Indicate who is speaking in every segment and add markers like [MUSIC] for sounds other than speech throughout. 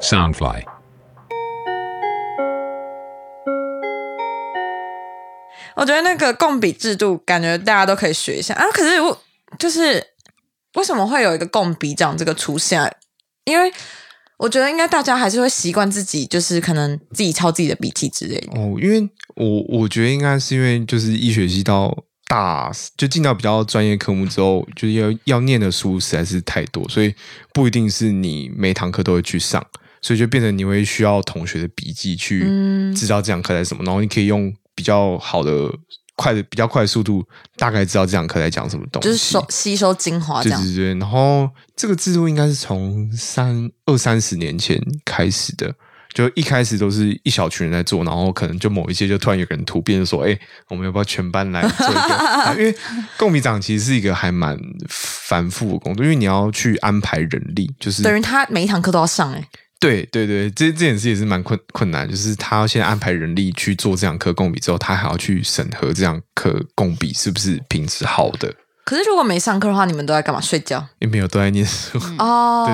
Speaker 1: Soundfly.
Speaker 2: 我觉得那个共笔制度，感觉大家都可以学一下啊。可是我就是为什么会有一个共笔奖这个出现啊？因为我觉得应该大家还是会习惯自己，就是可能自己抄自己的笔记之类的。
Speaker 3: 哦，因为我我觉得应该是因为就是医学系到大就进到比较专业科目之后，就是要要念的书实在是太多，所以不一定是你每堂课都会去上，所以就变成你会需要同学的笔记去
Speaker 2: 嗯
Speaker 3: 知道这堂课在什么，然后你可以用比较好的快的比较快的速度，大概知道这堂课在讲什么东西，
Speaker 2: 就是收吸收精华啊这
Speaker 3: 嗯对
Speaker 2: 样，
Speaker 3: 对对，然后这个制度应该是从三二三十年前开始的，就一开始都是一小群人在做，然后可能就某一届就突然有个人突变说，哎、我们要不要全班来做一
Speaker 2: [LAUGHS]
Speaker 3: 个？啊因为共笔长其实是一个还蛮繁复的工作，因为你要去安排人力，就是
Speaker 2: 等于他每一堂课都要上哎、
Speaker 3: 对对对，这这件事也是蛮困困难，就是他要先安排人力去做这样科共笔，之后他还要去审核这样科共笔是不是品质好的，
Speaker 2: 可是如果没上课的话，你们都在干嘛？睡觉
Speaker 3: 因为没有都在念书。
Speaker 2: 哦。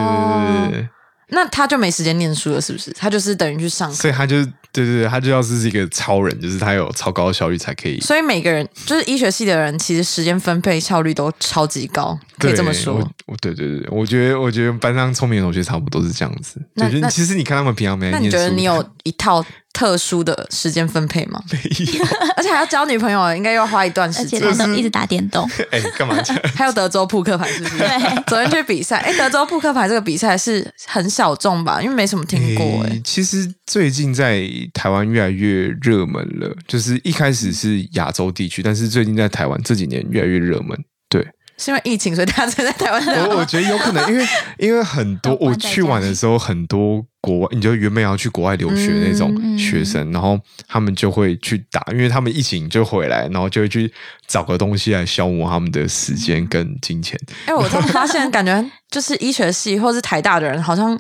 Speaker 3: [LAUGHS] 对对对对对。
Speaker 2: 那他就没时间念书了，是不是？他就是等于去上课。
Speaker 3: 所以他就是对对对，他就要是一个超人，就是他有超高的效率才可以。
Speaker 2: 所以每个人就是医学系的人，其实时间分配效率都超级高，可以
Speaker 3: 对
Speaker 2: 这么说。
Speaker 3: 我我对对对，我觉得我觉得班上聪明的同学差不多是这样子。
Speaker 2: 那
Speaker 3: 对就是
Speaker 2: 那
Speaker 3: 其实你看他们平常没
Speaker 2: 那
Speaker 3: 在
Speaker 2: 你
Speaker 3: 念
Speaker 2: 觉
Speaker 3: 书，
Speaker 2: 得你有一套特殊的时间分配吗？
Speaker 3: [LAUGHS] 没有？
Speaker 2: [LAUGHS] 而且还要交女朋友，应该又要花一段
Speaker 4: 而
Speaker 2: 时
Speaker 4: 且
Speaker 2: 间。
Speaker 4: 他都一直打电
Speaker 2: [LAUGHS]
Speaker 4: 动，
Speaker 3: [LAUGHS] 哎，干嘛这样？
Speaker 2: 还有德州扑克牌是不是？
Speaker 4: [LAUGHS] 对，
Speaker 2: 昨天去比赛，哎、德州扑克牌这个比赛是很小众吧？因为没什么听过、哎、
Speaker 3: 诶 [LAUGHS] 其实最近在台湾越来越热门了，就是一开始是亚洲地区，但是最近在台湾这几年越来越热门。对，
Speaker 2: 是因为疫情，所以大家才在台湾打
Speaker 3: [LAUGHS] 我我觉得有可能，因为因为很多
Speaker 4: 都关
Speaker 3: 我
Speaker 4: 在家
Speaker 3: 去玩的时候，很多国外，你就原本要去国外留学那种
Speaker 4: 嗯
Speaker 3: 学生，然后他们就会去打，因为他们疫情就回来，然后就会去找个东西来消磨他们的时间跟金钱。
Speaker 2: 哎、我突然发现，感觉就是医学系或是台大的人，好像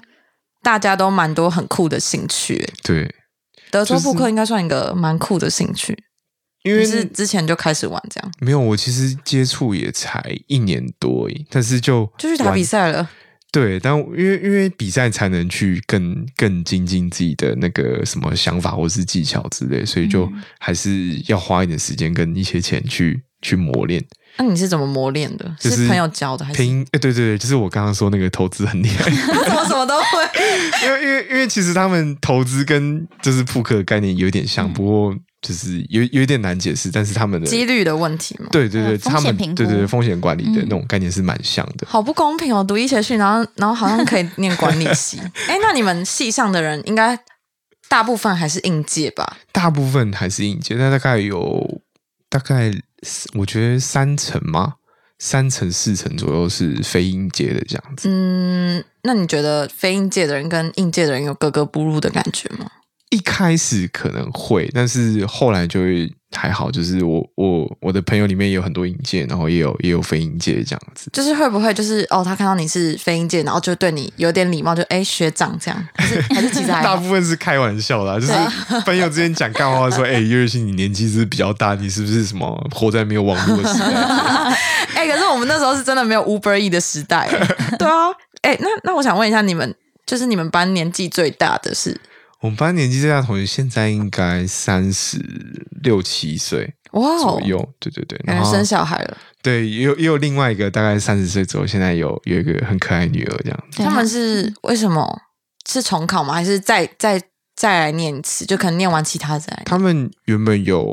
Speaker 2: 大家都蛮多很酷的兴趣、哎
Speaker 3: 对，
Speaker 2: 德州扑
Speaker 3: 就
Speaker 2: 克
Speaker 3: 是
Speaker 2: 应该算一个蛮酷的兴趣，
Speaker 3: 因
Speaker 2: 就
Speaker 3: 为
Speaker 2: 是之前就开始玩这样，
Speaker 3: 没有我其实接触也才一年多而已，但是就
Speaker 2: 就去打比
Speaker 3: 玩
Speaker 2: 赛了。
Speaker 3: 对，但因为因为比赛才能去更更精进自己的那个什么想法或是技巧之类，所以就
Speaker 4: 嗯
Speaker 3: 还是要花一点时间跟一些钱去去磨练。
Speaker 2: 那、你是怎么磨练的？
Speaker 3: 就是
Speaker 2: 朋友教的还是？
Speaker 3: 拼，哎、对对对，就是我刚刚说那个投资很厉
Speaker 2: [LAUGHS]
Speaker 3: 害， [LAUGHS]
Speaker 2: 他怎么什么都会？
Speaker 3: 因为因为因为其实他们投资跟就是扑克的概念有点像，不过就是有有一点难解释，但是他们的
Speaker 2: 嗯几率的问题吗？
Speaker 3: 对对对，
Speaker 4: 呃风
Speaker 3: 他
Speaker 4: 险
Speaker 3: 们
Speaker 4: 评
Speaker 3: 对对对
Speaker 4: 估
Speaker 3: 风险管理的
Speaker 4: 嗯
Speaker 3: 那种概念是蛮像的。
Speaker 2: 好不公平哦！读医学系，然后然后好像可以念管理
Speaker 3: [LAUGHS]
Speaker 2: 系。哎，那你们系上的人应该大部分还是应届吧？
Speaker 3: 大部分还是应届，但大概有大概我觉得三成嘛，三成四成左右是非应届的这样子。
Speaker 2: 嗯，那你觉得非应届的人跟应届的人有格格不入的感觉吗？
Speaker 3: 一开始可能会，但是后来就会还好。就是我我我的朋友里面也有很多应届，然后也有也有非应届这样子。
Speaker 2: 就是会不会就是哦，他看到你是非应届，然后就对你有点礼貌，就哎学长这样，还是还是其实还好
Speaker 3: 大部分是开玩笑啦，就是朋友之间讲干话说：“哎、叶瑞欣，你年纪是不是比较大，你是不是什么活在没有网络的时代
Speaker 2: 哎、可是我们那时候是真的没有 Uber E 的时
Speaker 3: [LAUGHS]
Speaker 2: 代，对啊。哎、那那我想问一下，你们就是你们班年纪最大的是？？”
Speaker 3: 我们班年纪最大的同学现在应该三十六七岁，
Speaker 2: 哇哦
Speaker 3: 左，右，对对对，
Speaker 2: 感
Speaker 3: 然
Speaker 2: 觉
Speaker 3: 后
Speaker 2: 生小孩了。
Speaker 3: 对，也有也有另外一个大概三十岁左右，现在有有一个很可爱女儿这样。
Speaker 4: 对
Speaker 2: 他们是为什么是重考吗？还是再再再来念一次？就可能念完其他再来念？
Speaker 3: 他们原本有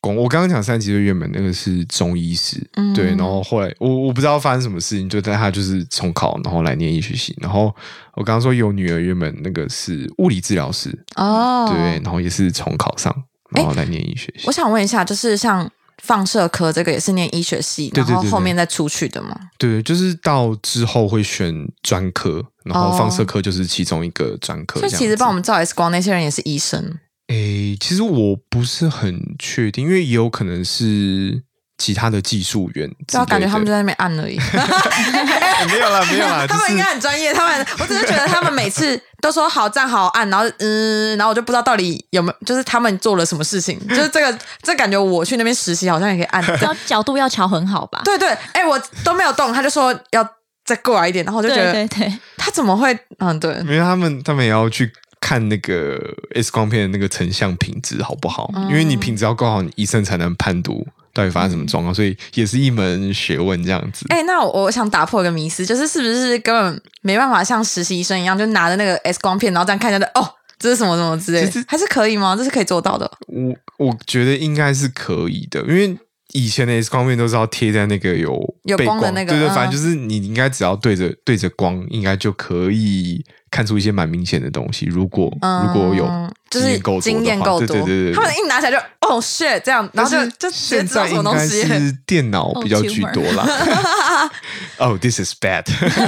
Speaker 3: 公，我刚刚讲三级的原本那个是中医师，
Speaker 2: 嗯
Speaker 3: 对，然后后来我我不知道发生什么事情，就但他就是重考，然后来念医学系。然后我刚刚说有女儿，原本那个是物理治疗师，
Speaker 2: 哦，
Speaker 3: 对，。然后也是重考上，然后来念医学系。
Speaker 2: 我想问一下，就是像放射科这个也是念医学系，
Speaker 3: 对对对
Speaker 2: 然后
Speaker 3: 对
Speaker 2: 后面再出去的吗？
Speaker 3: 对，就是到之后会选专科，然后放射科就是其中一个专科这
Speaker 2: 哦所以
Speaker 3: 样子。
Speaker 2: 其实帮我们照 X 光那些人也是医生。
Speaker 3: 诶，其实我不是很确定，因为也有可能是其他的技术员之
Speaker 2: 对
Speaker 3: 类
Speaker 2: 啊，
Speaker 3: 的，
Speaker 2: 感觉他们就在那边按而已。
Speaker 3: 哎 [LAUGHS] 没有啦，没有啦，
Speaker 2: [LAUGHS]
Speaker 3: 就
Speaker 2: 他们应
Speaker 3: 是
Speaker 2: 该很专业，他们我只是觉得他们每次都说好站好按，然后嗯，然后我就不知道到底有没有，就是他们做了什么事情，就是这个这感觉我去那边实习好像也可以
Speaker 3: [LAUGHS]
Speaker 2: 按，
Speaker 4: 只要角度要调很好吧？
Speaker 2: [LAUGHS] 对对，哎、我都没有动，他就说要再过来一点，然后我就觉
Speaker 4: 对
Speaker 2: 得
Speaker 4: 对对，
Speaker 2: 他怎么会？嗯，对
Speaker 3: 因，为他们他们也要去看那个 X 光片的那个成像品质好不好，
Speaker 2: 嗯
Speaker 3: 因为你品质要够好，你医生才能判读到底发生什么状况，所以也是一门学问这样子。
Speaker 2: 哎、那我我想打破一个迷思，就是是不是根本没办法像实习医生一样，就拿着那个 X 光片，然后这样看一下就哦，这是什么什么之类
Speaker 3: 其实
Speaker 2: 的，还是可以吗？这是可以做到的。
Speaker 3: 我我觉得应该是可以的，因为以前的 X 光片都是要贴在那个有
Speaker 2: 有
Speaker 3: 背
Speaker 2: 光的那个
Speaker 3: 对对，
Speaker 2: 嗯
Speaker 3: 反正就是你应该只要对着对着光，应该就可以看出一些蛮明显的东西。如果、
Speaker 2: 嗯，
Speaker 3: 如果有
Speaker 2: 就是经
Speaker 3: 经
Speaker 2: 验
Speaker 3: 验
Speaker 2: 够多，
Speaker 3: 够多的话，对对对对对
Speaker 2: 他们一拿起来就哦 shit 这样，然后就
Speaker 3: 但是
Speaker 2: 就直接
Speaker 3: 现
Speaker 2: 知道
Speaker 3: 在
Speaker 2: 什么
Speaker 3: 应
Speaker 2: 东
Speaker 3: 该
Speaker 2: 西。哦
Speaker 3: 是电脑比较居多啦。oh, [LAUGHS] this is bad 。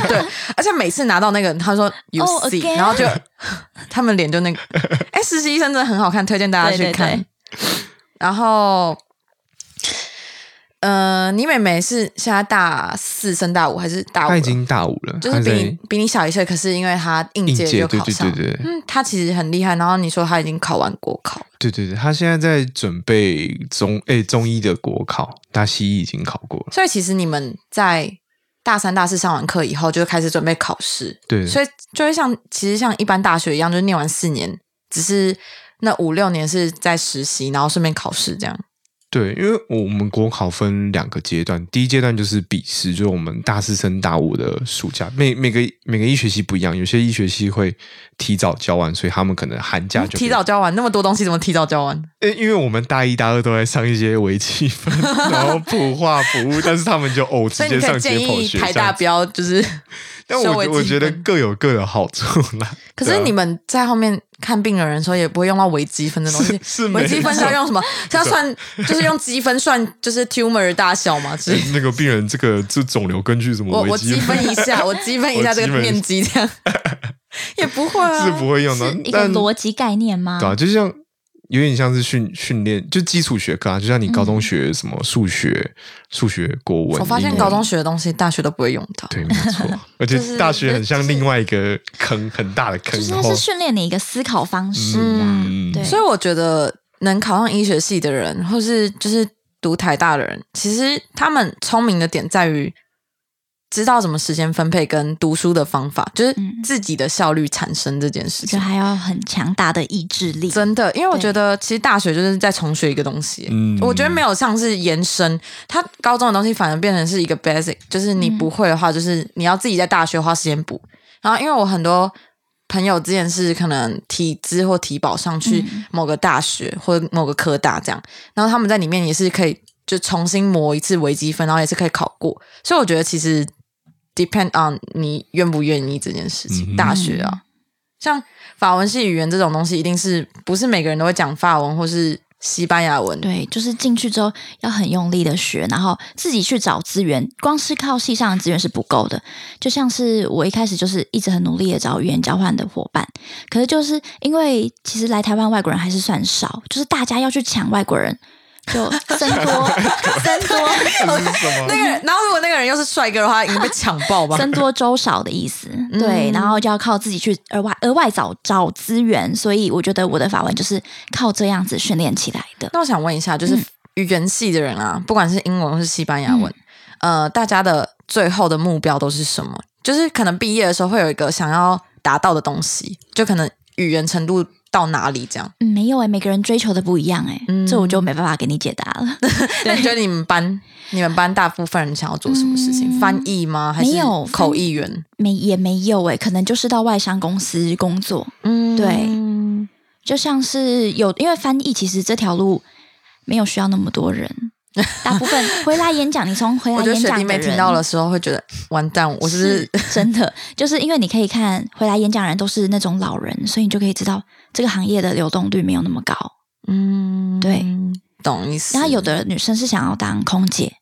Speaker 2: 对，而且每次拿到那个，他说 you
Speaker 4: [LAUGHS] Oh,
Speaker 2: see，、
Speaker 4: again？
Speaker 2: 然后就他们脸就
Speaker 4: [LAUGHS]
Speaker 2: 那个，哎，实习医生真的很好看，推荐大家去
Speaker 4: 对对
Speaker 2: 看。
Speaker 4: 对
Speaker 2: 然后，呃，你妹妹是现在大四升大五还是 [LAUGHS] 大五了？
Speaker 3: 他已经大五了，
Speaker 2: 就是
Speaker 3: 他
Speaker 2: 比
Speaker 3: 在
Speaker 2: 你比你小一岁，可是因为她应
Speaker 3: 应
Speaker 2: 届
Speaker 3: 届，
Speaker 2: 就
Speaker 3: 对
Speaker 2: 考
Speaker 3: 对
Speaker 2: 上
Speaker 3: 对
Speaker 2: 了。
Speaker 3: 对
Speaker 2: 嗯，她其实很厉害。然后你说她已经考完国考了，
Speaker 3: 对对对，他现在在准备中诶、中医的国考，他西医已经考过了。
Speaker 2: 所以其实你们在大三、大四上完课以后，就开始准备考试，
Speaker 3: 对，
Speaker 2: 所以就会像其实像一般大学一样，就是念完四年，只是那五六年是在实习，然后顺便考试这样。
Speaker 3: 对，因为我们国考分两个阶段，第一阶段就是笔试，就是我们大四升大五的暑假，每每个每个医学系不一样，有些医学系会提早交完，所以他们可能寒假
Speaker 2: 嗯
Speaker 3: 就可以
Speaker 2: 提早交完那么多东西，怎么提早交完？
Speaker 3: 因因为我们大一、大二都在上一些微积分，
Speaker 2: [LAUGHS]
Speaker 3: 然后普化、普物，但是他们就哦
Speaker 2: 所
Speaker 3: 直
Speaker 2: 以你
Speaker 3: 接
Speaker 2: 可
Speaker 3: 上
Speaker 2: 以
Speaker 3: 解
Speaker 2: 建
Speaker 3: 剖
Speaker 2: 议
Speaker 3: 学
Speaker 2: 台
Speaker 3: 这
Speaker 2: 大
Speaker 3: 样子。
Speaker 2: 不
Speaker 3: [LAUGHS]
Speaker 2: 要就是，
Speaker 3: 但
Speaker 2: 稍
Speaker 3: 我
Speaker 2: 微
Speaker 3: 觉我
Speaker 2: 积
Speaker 3: 觉得啊
Speaker 2: 分
Speaker 3: 各有各的好处
Speaker 2: [LAUGHS]
Speaker 3: 啦。
Speaker 2: 可是你们在后面看病人的时候，也不会用到微积分的东西。
Speaker 3: 是是没
Speaker 2: 微积分是要用什么？是要算，就是用积分算，就是 tumor 大小嘛？之
Speaker 3: 对
Speaker 2: 类
Speaker 3: 啊
Speaker 2: 的。
Speaker 3: 那个病人这个这肿瘤根据什
Speaker 2: 我
Speaker 3: 么
Speaker 2: 我
Speaker 3: [LAUGHS] 微
Speaker 2: 积
Speaker 3: 积分
Speaker 2: 分一下，我积分一
Speaker 3: 我
Speaker 2: 下
Speaker 3: 积
Speaker 2: 这个
Speaker 3: 分
Speaker 2: 面积这样， [LAUGHS] 也不会啊，
Speaker 3: [LAUGHS] 是不会用到
Speaker 4: 是，一个
Speaker 3: 但对
Speaker 4: 逻辑概念吗？
Speaker 3: 啊，就像有点像是训训练，就基础学科啊，就像你高中学什么数学、数学、国文。哦
Speaker 2: 我发现
Speaker 3: 英
Speaker 2: 高
Speaker 3: 文
Speaker 2: 中学的东西，大学都不会用到。
Speaker 3: 对，没错，而且
Speaker 4: 就是
Speaker 3: 大学很像
Speaker 4: 就是
Speaker 3: 另外一个坑，很大的
Speaker 4: 就
Speaker 3: 坑。
Speaker 4: 是
Speaker 3: 然
Speaker 4: 它
Speaker 3: 后
Speaker 2: 哦
Speaker 4: 是训练你一个思考方式啊，
Speaker 3: 嗯
Speaker 4: 对，
Speaker 2: 所以我觉得能考上医学系的人，或是就是读台大的人，其实他们聪明的点在于知道怎么时间分配跟读书的方法，就是
Speaker 4: 嗯
Speaker 2: 自己的效率产生这件事
Speaker 4: 就
Speaker 2: 情。
Speaker 4: 还要很强大的意志力。
Speaker 2: 真的，因为我
Speaker 4: 对
Speaker 2: 觉得其实大学就是在重学一个东西。
Speaker 3: 嗯
Speaker 2: 我觉得没有像是延伸，他高中的东西反而变成是一个 basic，就是你不会的话，就是你要自己在大学花时间补。然后，因为我很多朋友之前是可能体资或体保上去
Speaker 4: 嗯
Speaker 2: 某个大学或某个科大这样，然后他们在里面也是可以就重新磨一次微积分，然后也是可以考过。所以我觉得其实 depend on 你愿不愿意这件事
Speaker 3: 嗯
Speaker 2: 情，
Speaker 3: 哼
Speaker 2: 大学啊。像法文系语言这种东西，一定是不是每个人都会讲法文或是西班牙文？
Speaker 4: 对，就是进去之后要很用力的学，然后自己去找资源，光是靠系上的资源是不够的。就像是我一开始就是一直很努力的找语言交换的伙伴，可是就是因为其实来台湾外国人还是算少，就是大家要去抢外国人，
Speaker 2: [LAUGHS]
Speaker 4: 就僧多僧多嗯
Speaker 3: 这是什么
Speaker 2: 那个人，然后如果那个人又是帅哥的话，应该被抢爆吧？
Speaker 4: 僧多粥少的意思，
Speaker 2: 嗯
Speaker 4: 对，然后就要靠自己去呃额外额外找找资源，所以我觉得我的法文就是靠这样子训练起来的。
Speaker 2: 那我想问一下，
Speaker 4: 嗯
Speaker 2: 就是语言系的人啊，不管是英文或是西班牙文，
Speaker 4: 嗯
Speaker 2: 呃，大家的最后的目标都是什么？就是可能毕业的时候会有一个想要达到的东西，就可能语言程度到哪里这样。
Speaker 4: 嗯，没有哎、每个人追求的不一样哎、
Speaker 2: 嗯
Speaker 4: 这我就没办法给你解答了。 [LAUGHS]
Speaker 2: 那你觉得你们班，你们班大部分人想要做什么事情？
Speaker 4: 嗯
Speaker 2: 翻译吗？还是
Speaker 4: 没有
Speaker 2: 口译员？
Speaker 4: 没也没有哎、可能就是到外商公司工作，
Speaker 2: 嗯
Speaker 4: 对就像是有因为翻译，其实这条路没有需要那么
Speaker 2: [LAUGHS]
Speaker 4: 多人，大部分回来演讲，你从回
Speaker 2: 我
Speaker 4: 来
Speaker 2: 觉得
Speaker 4: 演
Speaker 2: 雪
Speaker 4: 讲
Speaker 2: 弟
Speaker 4: 的
Speaker 2: 妹
Speaker 4: 人
Speaker 2: 听到的时候会觉得完蛋，我是不是？ [LAUGHS]
Speaker 4: 真的，就是因为你可以看回来演讲人都是那种老人，所以你就可以知道这个行业的流动率没有那么高。
Speaker 2: 嗯，
Speaker 4: 对，
Speaker 2: 懂意思。
Speaker 4: 然后有的女生是想要当空姐，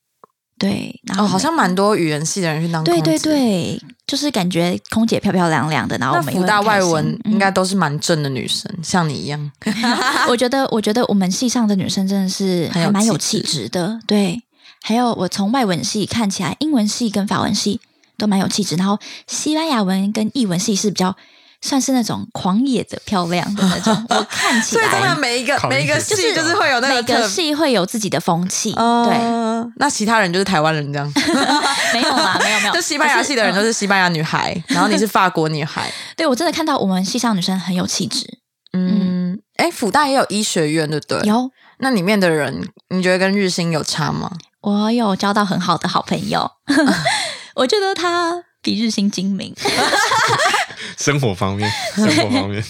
Speaker 4: 对，然后
Speaker 2: 哦，好像蛮多语言系的人去当
Speaker 4: 对
Speaker 2: 空
Speaker 4: 对
Speaker 2: 姐。
Speaker 4: 对，就是感觉空姐漂漂亮亮的，然后
Speaker 2: 那
Speaker 4: 我们也
Speaker 2: 福
Speaker 4: 会
Speaker 2: 大
Speaker 4: 很开
Speaker 2: 外
Speaker 4: 心
Speaker 2: 文应、该
Speaker 4: 嗯
Speaker 2: 都是蛮正的女生，像你一样。
Speaker 4: [LAUGHS] 我觉得，我觉得我们系上的女生真的是
Speaker 2: 很有
Speaker 4: 还蛮有
Speaker 2: 气
Speaker 4: 气
Speaker 2: 质
Speaker 4: 质的，对。还有我从外文系看起来，英文系跟法文系都蛮有气质，然后西班牙文跟意文系是比较算是那种狂野的漂亮的
Speaker 2: [LAUGHS]
Speaker 4: 那种，我看起
Speaker 2: 所以真的
Speaker 4: 来
Speaker 2: 每一个
Speaker 3: 考虑
Speaker 2: 每一个
Speaker 3: 是
Speaker 2: 系就是会有那
Speaker 4: 每
Speaker 2: 个特
Speaker 4: 个系会有自己的风气，
Speaker 2: 哦
Speaker 4: 对。
Speaker 2: 嗯，那其他人就是台湾人这样，
Speaker 4: 没有啦，没有没有，
Speaker 2: 就 [LAUGHS] 西班牙系的人都
Speaker 4: 可
Speaker 2: 是西班牙女孩，然后你是法国女孩。
Speaker 4: 对我真的看到我们系上女生很有气质，
Speaker 2: 嗯，哎、福大也有医学院，对不对？
Speaker 4: 有
Speaker 2: 那里面的人，你觉得跟日新有差吗？
Speaker 4: 我有交到很好的好朋
Speaker 2: [LAUGHS]
Speaker 4: 友，我觉得他比日新精明。
Speaker 3: 生活方面，生活方面，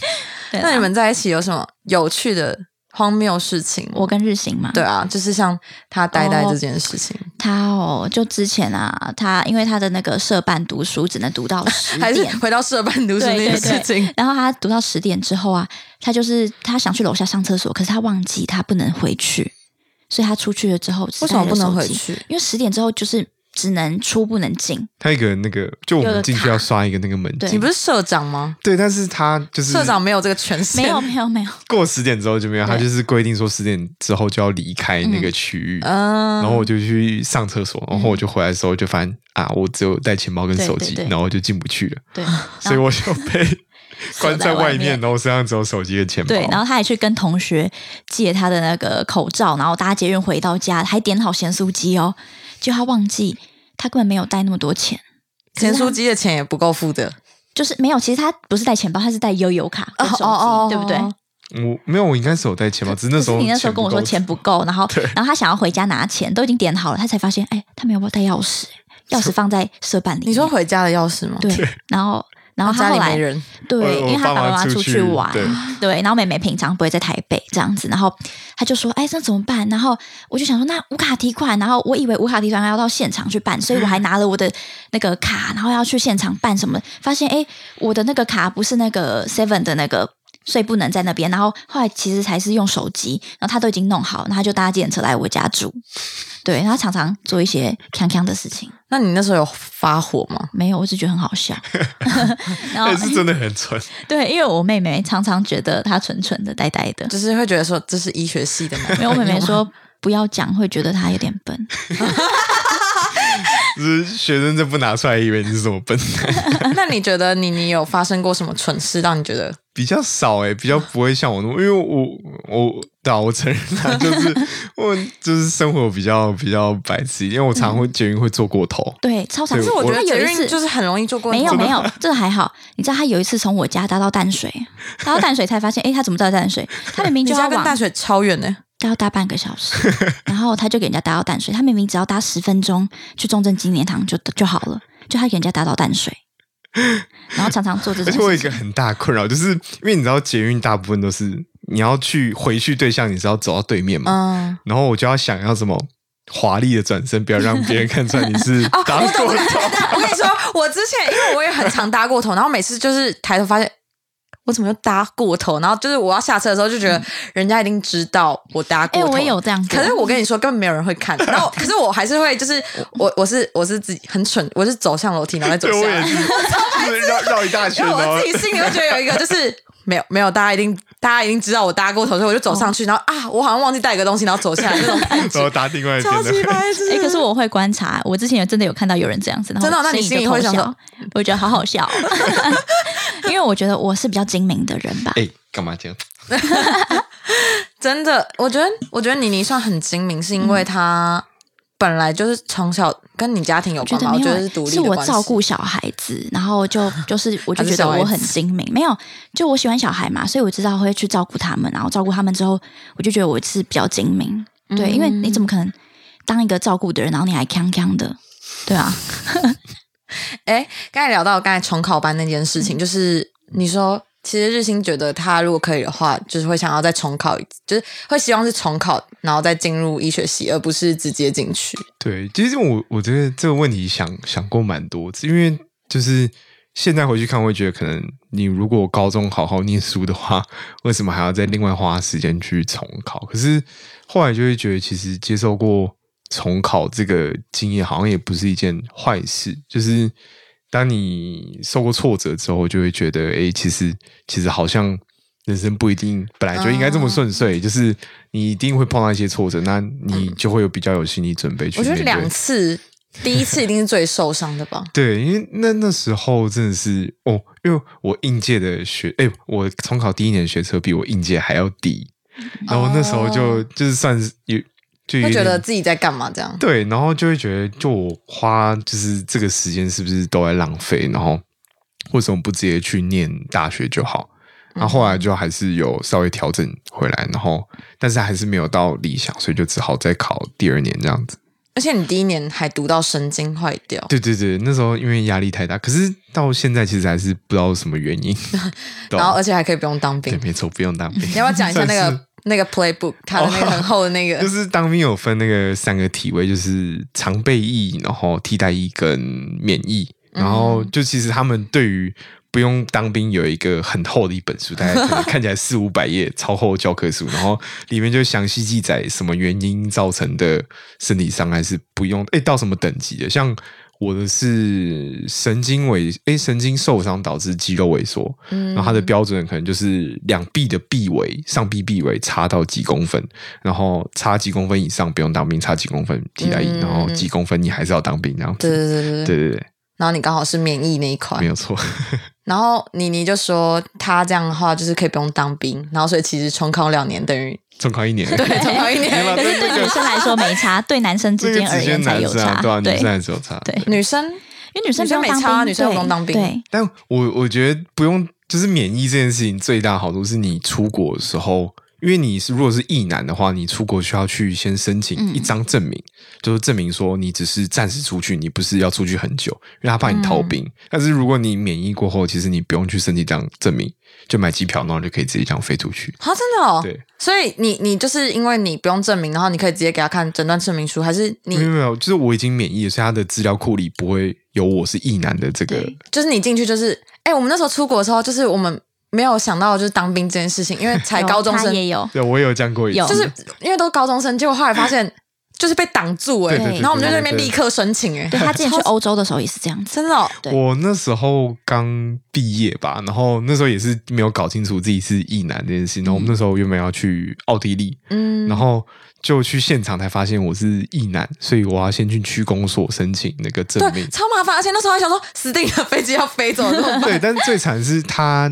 Speaker 4: 对
Speaker 2: [LAUGHS]
Speaker 4: 啦
Speaker 2: 那你们在一起有什么有趣的荒谬事情吗？
Speaker 4: 我跟日新嘛，
Speaker 2: 对啊，就是像他呆呆
Speaker 4: 哦
Speaker 2: 这件事情，
Speaker 4: 他哦，就之前啊，他因为他的那个社办读书只能读到十
Speaker 2: 还是
Speaker 4: 点。
Speaker 2: 回到社办读书这
Speaker 4: 对
Speaker 2: 件
Speaker 4: 对对
Speaker 2: 事情。
Speaker 4: 然后他读到十点之后啊，他就是他想去楼下上厕所，可是他忘记他不能回去，所以他出去了之后
Speaker 2: 为什么不能回？
Speaker 4: 只带了手机
Speaker 2: 去？
Speaker 4: 因为十点之后就是只能出不能
Speaker 2: [LAUGHS]
Speaker 4: 进。
Speaker 3: 他一个那个，就我们进去要刷一个那个门
Speaker 4: 对
Speaker 2: 你
Speaker 3: 禁，
Speaker 2: 不是社长吗？
Speaker 3: 对，但是他就是
Speaker 2: 社长没有这个权限，
Speaker 4: 没有没有没有，
Speaker 3: 过十点之后就没有，他
Speaker 4: 对
Speaker 3: 就是规定说十点之后就要离开那个区域，
Speaker 2: 嗯，
Speaker 3: 然后我就去上厕所，
Speaker 4: 嗯
Speaker 3: 然后我就回来的时候就发现啊，我只有带钱包跟手机
Speaker 4: 对对，对
Speaker 3: 然后我就进不去了，
Speaker 2: [LAUGHS]
Speaker 4: 对，
Speaker 3: 所以我就被 [LAUGHS] 关在外
Speaker 4: 外 [LAUGHS]
Speaker 3: 面，。然后身上只有手机跟钱包。
Speaker 4: 对，然后他还去跟同学借他的那个口罩，然后搭捷运回到家，还点好咸酥鸡哦，就他忘记他根本没有带那么多钱。
Speaker 2: 钱书机的钱也不够付的，
Speaker 4: 就是没有，其实他不是带钱包，他是带悠游
Speaker 2: 哦
Speaker 4: 卡跟手机，对不对？
Speaker 3: 嗯我没有，我应该是有带钱包，哦只是那时候
Speaker 4: 可是你那时候跟我说
Speaker 3: 不够
Speaker 4: 钱不够，然后
Speaker 3: [LAUGHS] 对
Speaker 4: 然后他想要回家拿钱，都已经点好了，他才发现，哎，他没有带钥匙，钥匙放在社办里面。
Speaker 2: 你说回家的钥匙吗？
Speaker 4: 对，然后然后
Speaker 2: 家
Speaker 4: 他后
Speaker 2: 里没
Speaker 4: 来
Speaker 2: 人，
Speaker 4: 对，
Speaker 3: 我
Speaker 4: 因为他
Speaker 3: 我爸妈
Speaker 4: 爸妈
Speaker 3: 出去
Speaker 4: 去玩，
Speaker 3: 对
Speaker 4: 对，然后妹妹平常不会在台北这样子，然后他就说：“哎，那怎么办？”然后我就想说：“那无卡提款。”然后我以为无卡提款要到现场去办，所以我还
Speaker 3: 嗯
Speaker 4: 拿了我的那个卡，然后要去现场办什么，发现哎，我的那个卡不是那个 Seven 的那个。所以不能在那边，然后后来其实才是用手机，然后他都已经弄好，然后他就搭计程车来我家住，对，然后他常常做一些康康的事情，
Speaker 2: 那你那时候有发火吗？
Speaker 4: 没有，我只觉得很好
Speaker 3: [LAUGHS]
Speaker 4: 笑， [LAUGHS] 然后哎
Speaker 3: 但哎是真的很 [LAUGHS] 蠢，
Speaker 4: 对，因为我妹妹常常觉得她蠢蠢的、呆呆的。
Speaker 2: 就是会觉得说这是医学系的男
Speaker 4: 没有，我妹
Speaker 2: 朋友
Speaker 4: 妹
Speaker 2: 吗，
Speaker 4: 说不要讲，会觉得她有点笨。
Speaker 3: 就是学生证不拿出来，以为你是什么笨
Speaker 4: [LAUGHS]
Speaker 3: 蛋。
Speaker 2: 那你觉得你你有发生过什么蠢事，让你觉得
Speaker 3: 比较少哎、比较不会像我那么，因为我我对啊，我承认啊，
Speaker 4: [LAUGHS]
Speaker 3: 就是我就是生活比较比较白痴一点，因为我常会
Speaker 4: 嗯
Speaker 3: 捷运会坐过头，
Speaker 4: 对，超常。
Speaker 3: 对我
Speaker 2: 我觉得
Speaker 4: 她有一
Speaker 2: 捷运
Speaker 4: 次
Speaker 2: 就是很容易做过
Speaker 4: 没有
Speaker 2: 头
Speaker 4: 没有，这个还好。你知道她有一次从我家搭到淡水，搭到淡水才发现，哎，她怎么到淡水？她明明
Speaker 2: 你
Speaker 4: 就要
Speaker 2: 家跟
Speaker 4: 往
Speaker 2: 淡水超远呢，
Speaker 4: 她要搭半个小时，
Speaker 3: [LAUGHS]
Speaker 4: 然后她就给人家搭到淡水。她明明只要搭十分钟去中正纪念堂就就好了，就她给人家搭到
Speaker 3: [LAUGHS]
Speaker 4: 淡水，然后常常做这
Speaker 3: 而
Speaker 4: 种
Speaker 3: 且我有
Speaker 4: 事
Speaker 3: 一个
Speaker 4: 情。
Speaker 3: 很大困扰，就是因为你知道捷运大部分都是你要去回去对象，你是要走到对面嘛，
Speaker 2: 嗯，
Speaker 3: 然后我就要想要什么华丽的转身，不要让别人看出来你
Speaker 2: [LAUGHS]
Speaker 3: 是搭过头。
Speaker 2: 啊哦我跟你说，我之前因为我也很常搭过头，然后每次就是抬头发现我怎么又搭过头，然后就是我要下车的时候就觉得人家一定知道我搭过
Speaker 4: 哎，
Speaker 2: 头。
Speaker 4: 我也有这样过。
Speaker 2: 可是我跟你说，根本没有人会看。然后，可是我还是会，就是我我是我是自己很蠢，我是走向楼梯，然后再走
Speaker 3: 对，我
Speaker 2: 下
Speaker 3: 也
Speaker 2: 来，
Speaker 3: 是，就是绕绕一大圈，
Speaker 2: 因为
Speaker 3: 然后
Speaker 2: 我自己心里会觉得有一个就是。没有没有，大家一定大家一定知道我搭过头，所以我就走上去，然后啊，我好像忘记带一个东西，然后走下来那种感
Speaker 3: [LAUGHS] 然后
Speaker 2: 觉，
Speaker 3: 搭另外一
Speaker 2: 超
Speaker 3: 边
Speaker 2: 级
Speaker 3: [LAUGHS] 的。
Speaker 2: 白痴。
Speaker 4: [LAUGHS] 哎、可是我会观察，我之前有真的有看到有人这样子，然后
Speaker 2: 真的哦那你
Speaker 4: 心
Speaker 2: 心里
Speaker 4: 就偷
Speaker 2: 会想
Speaker 4: 笑
Speaker 2: 说，
Speaker 4: 我觉得好好笑，哦 [LAUGHS] 因为我觉得我是比较精明的人吧。
Speaker 3: 哎，干嘛这样？
Speaker 2: 真的，我觉得，我觉得妮妮算很精明，是因为她本来就是从小跟你家庭有
Speaker 4: 我觉
Speaker 2: 关吧，
Speaker 4: 得
Speaker 2: 我
Speaker 4: 没
Speaker 2: 觉
Speaker 4: 有
Speaker 2: 得是
Speaker 4: 欸，
Speaker 2: 独立
Speaker 4: 是
Speaker 2: 的
Speaker 4: 我
Speaker 2: 关系
Speaker 4: 照顾小孩子，然后就就是我
Speaker 2: 还
Speaker 4: 就觉
Speaker 2: 是
Speaker 4: 得
Speaker 2: 小孩
Speaker 4: 我很
Speaker 2: 子
Speaker 4: 精明，没有，就我喜欢小孩嘛，所以我知道会去照顾他们，然后照顾他们之后，我就觉得我是比较精明，对，因为你
Speaker 2: 嗯
Speaker 4: 怎么可能当一个照顾的人，然后你还康康的，对啊，
Speaker 2: 哎，刚才聊到刚才重考班那件事情，就是你说，其实日新觉得他如果可以的话，就是会想要再重考一次，就是会希望是重考，然后再进入医学系，而不是直接进去。
Speaker 3: 对，其实我我觉得这个问题想想过蛮多次，因为就是现在回去看，我会觉得可能你如果高中好好念书的话，为什么还要再另外花时间去重考？可是后来就会觉得，其实接受过重考这个经验，好像也不是一件坏事。就是当你受过挫折之后，就会觉得，诶，其实其实好像人生不一定本来就应该这么顺遂，就是你一定会碰到一些挫折，那你就会有比较有心理准备去
Speaker 2: 我
Speaker 3: 面
Speaker 2: 觉
Speaker 3: 对。
Speaker 2: 得两次，第一次一定是最受伤的吧。
Speaker 3: 对，因为那那时候真的是哦，因为我应届的学，哎、我重考第一年的学车比我应届还要低，然后那时候就、就是算是有就有
Speaker 2: 嗯哦会觉
Speaker 3: 点
Speaker 2: 得自己在干嘛这样。
Speaker 3: 对，然后就会觉得，就我花就是这个时间是不是都在浪费？然后为什么不直接去念大学就好？然后后
Speaker 2: 嗯
Speaker 3: 来就还是有稍微调整回来，然后但是还是没有到理想，所以就只好再考第二年这样子。
Speaker 2: 而且你第一年还读到神经坏掉，
Speaker 3: 对对对，那时候因为压力太大，可是到现在其实还是不知道什么原
Speaker 2: [LAUGHS]
Speaker 3: 因。对啊
Speaker 2: 然后而且还可以不用当兵
Speaker 3: 对，。没错，不用当兵。
Speaker 2: [LAUGHS] 你要不要讲一下那
Speaker 3: [LAUGHS] 算是哦
Speaker 2: 个那个 playbook，它的那个很厚的那个？
Speaker 3: 就是当兵有分那个三个体位，就是常备役，然后替代役跟免役。然后
Speaker 2: 嗯
Speaker 3: 就其实他们对于不用当兵有一个很厚的一本书，大概可
Speaker 2: [LAUGHS]
Speaker 3: 能看起来四五百页，超厚的教科书，然后里面就详细记载什么原因造成的身体伤害是不用，哎，到什么等级的？像我的是神经萎，哎，神经受伤导致肌肉萎缩，然后它的
Speaker 2: 嗯
Speaker 3: 标准可能就是两臂的臂围，上臂臂围差到几公分，然后差几公分以上不用当兵，差几公分替代役，
Speaker 2: 嗯
Speaker 3: 然后几公分你还是要当兵这样
Speaker 2: 对
Speaker 3: 子。
Speaker 2: 对对对对。
Speaker 3: 对对对，
Speaker 2: 然后你刚好是免疫那一块
Speaker 3: 没，有
Speaker 4: [LAUGHS]
Speaker 3: 错。
Speaker 2: 然后妮妮就说她这样的话就是可以不用当兵，然后所以其实重考两年等于 [LAUGHS]
Speaker 3: 重考一年，
Speaker 2: 对重考一
Speaker 3: 没有
Speaker 2: 年。
Speaker 3: 啦
Speaker 4: 可是对女生来说没差，对男生
Speaker 3: [LAUGHS] 这
Speaker 4: 之
Speaker 3: 个
Speaker 4: 间而
Speaker 3: 只
Speaker 4: 言
Speaker 3: 限
Speaker 4: 才
Speaker 3: 男
Speaker 4: 有
Speaker 3: 生啊，对啊，
Speaker 4: 差。
Speaker 3: 女
Speaker 4: 对
Speaker 3: 生还是有差。
Speaker 4: 对，
Speaker 2: 女生啊
Speaker 4: 因为女生不
Speaker 2: 女生
Speaker 4: 用
Speaker 2: 没
Speaker 4: 当
Speaker 2: 差
Speaker 4: 兵，
Speaker 2: 女生不用
Speaker 4: 对
Speaker 2: 当兵
Speaker 4: 对，
Speaker 3: 但我我觉得不用，就是免疫这件事情最大的好处是你出国的时候，因为你是如果是役男的话，你出国需要去先申请
Speaker 4: 嗯
Speaker 3: 一张证明，就是证明说你只是暂时出去，你不是要出去很久，因为他怕你逃兵。
Speaker 4: 嗯
Speaker 3: 但是如果你免疫过后，其实你不用去申请这张证明，就买机票，然后就可以直接这样飞出去。
Speaker 2: 啊，真的哦
Speaker 3: 对。
Speaker 2: 所以你你就是因为你不用证明，然后你可以直接给他看诊断证明书，还是
Speaker 3: 没有
Speaker 2: 你
Speaker 3: 没有，就是我已经免疫了，所以他的资料库里不会有我是役男的这个
Speaker 4: 对
Speaker 2: 就是你进去就是，哎、我们那时候出国的时候，就是我们没有想到就是当兵这件
Speaker 3: [LAUGHS]
Speaker 2: 事情，因为才
Speaker 4: 有
Speaker 2: 高中
Speaker 4: 她
Speaker 2: 生，
Speaker 4: 也有，
Speaker 3: 对，我也有这样过一次，
Speaker 4: 有
Speaker 2: 就是因为都高中生，结果后来发现就是被挡住哎、
Speaker 3: 对对对
Speaker 2: 然后我们就在那边
Speaker 3: 对对对
Speaker 2: 立刻申请哎、
Speaker 4: 对她之前去
Speaker 2: 超
Speaker 4: 欧洲的时候也是这样子，
Speaker 2: 真的、哦，
Speaker 4: 对
Speaker 3: 我那时候刚毕业吧，然后那时候也是没有搞清楚自己是异男这件事。然后我们那时候原本要去奥地利，
Speaker 2: 嗯，
Speaker 3: 然后就去现场才发现我是异男，所以我要先去区公所申请那个证
Speaker 2: 对
Speaker 3: 明，。
Speaker 2: 超麻烦，而且那时候还想说死定了，飞机要飞走 [LAUGHS] 了，
Speaker 3: 对，但最惨是他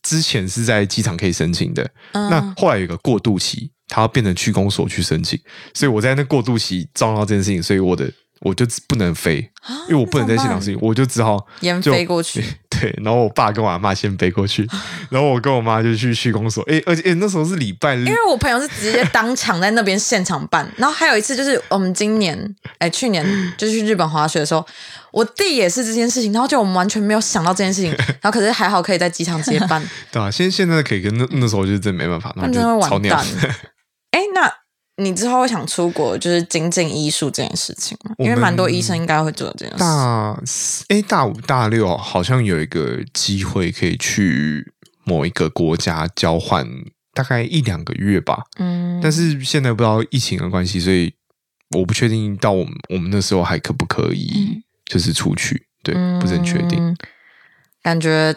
Speaker 3: 之前是在机场可以申请的，
Speaker 2: 嗯
Speaker 3: 那后来有一个过渡期，他要变成区公所去申请，所以我在那过渡期撞到这件事情，所以我的我就不能飞，
Speaker 2: 啊
Speaker 3: 因为我不能在现场申请，我就只好
Speaker 2: 延
Speaker 3: 就
Speaker 2: 飞过去。
Speaker 3: [LAUGHS] 对，然后我爸跟我阿妈先飞
Speaker 2: [LAUGHS]
Speaker 3: 过去，然后我跟我妈就去区公所。诶，而且、诶那时候是礼拜六
Speaker 2: 因，为我朋友是直接当场在那边现场办， [LAUGHS] 然后还有一次就是我们今年哎去 [GASPS] 年就是去日本滑雪的时候，我弟也是这件事情，然后就我们完全没有想到这件事情，
Speaker 3: [LAUGHS]
Speaker 2: 然后可是还好可以在机场直接 [LAUGHS] 办，
Speaker 3: 对吧、现现在可以跟那那时候就真没办法，然
Speaker 2: 那
Speaker 3: 后
Speaker 2: 真的会
Speaker 3: 就超
Speaker 2: 完
Speaker 3: 鸟
Speaker 2: 蛋。哎，那你之后会想出国就是精进医术这件事情吗？
Speaker 3: 我
Speaker 2: 因
Speaker 3: 们
Speaker 2: 为蛮多医生应该会做这件事。
Speaker 3: 大诶，大五大六好像有一个机会可以去某一个国家交换，大概一两个月吧。
Speaker 2: 嗯，
Speaker 3: 但是现在不知道疫情的关系，所以我不确定到我们我们那时候还可不可以
Speaker 4: 嗯
Speaker 3: 就是出去，对，不是很确定。
Speaker 2: 嗯感觉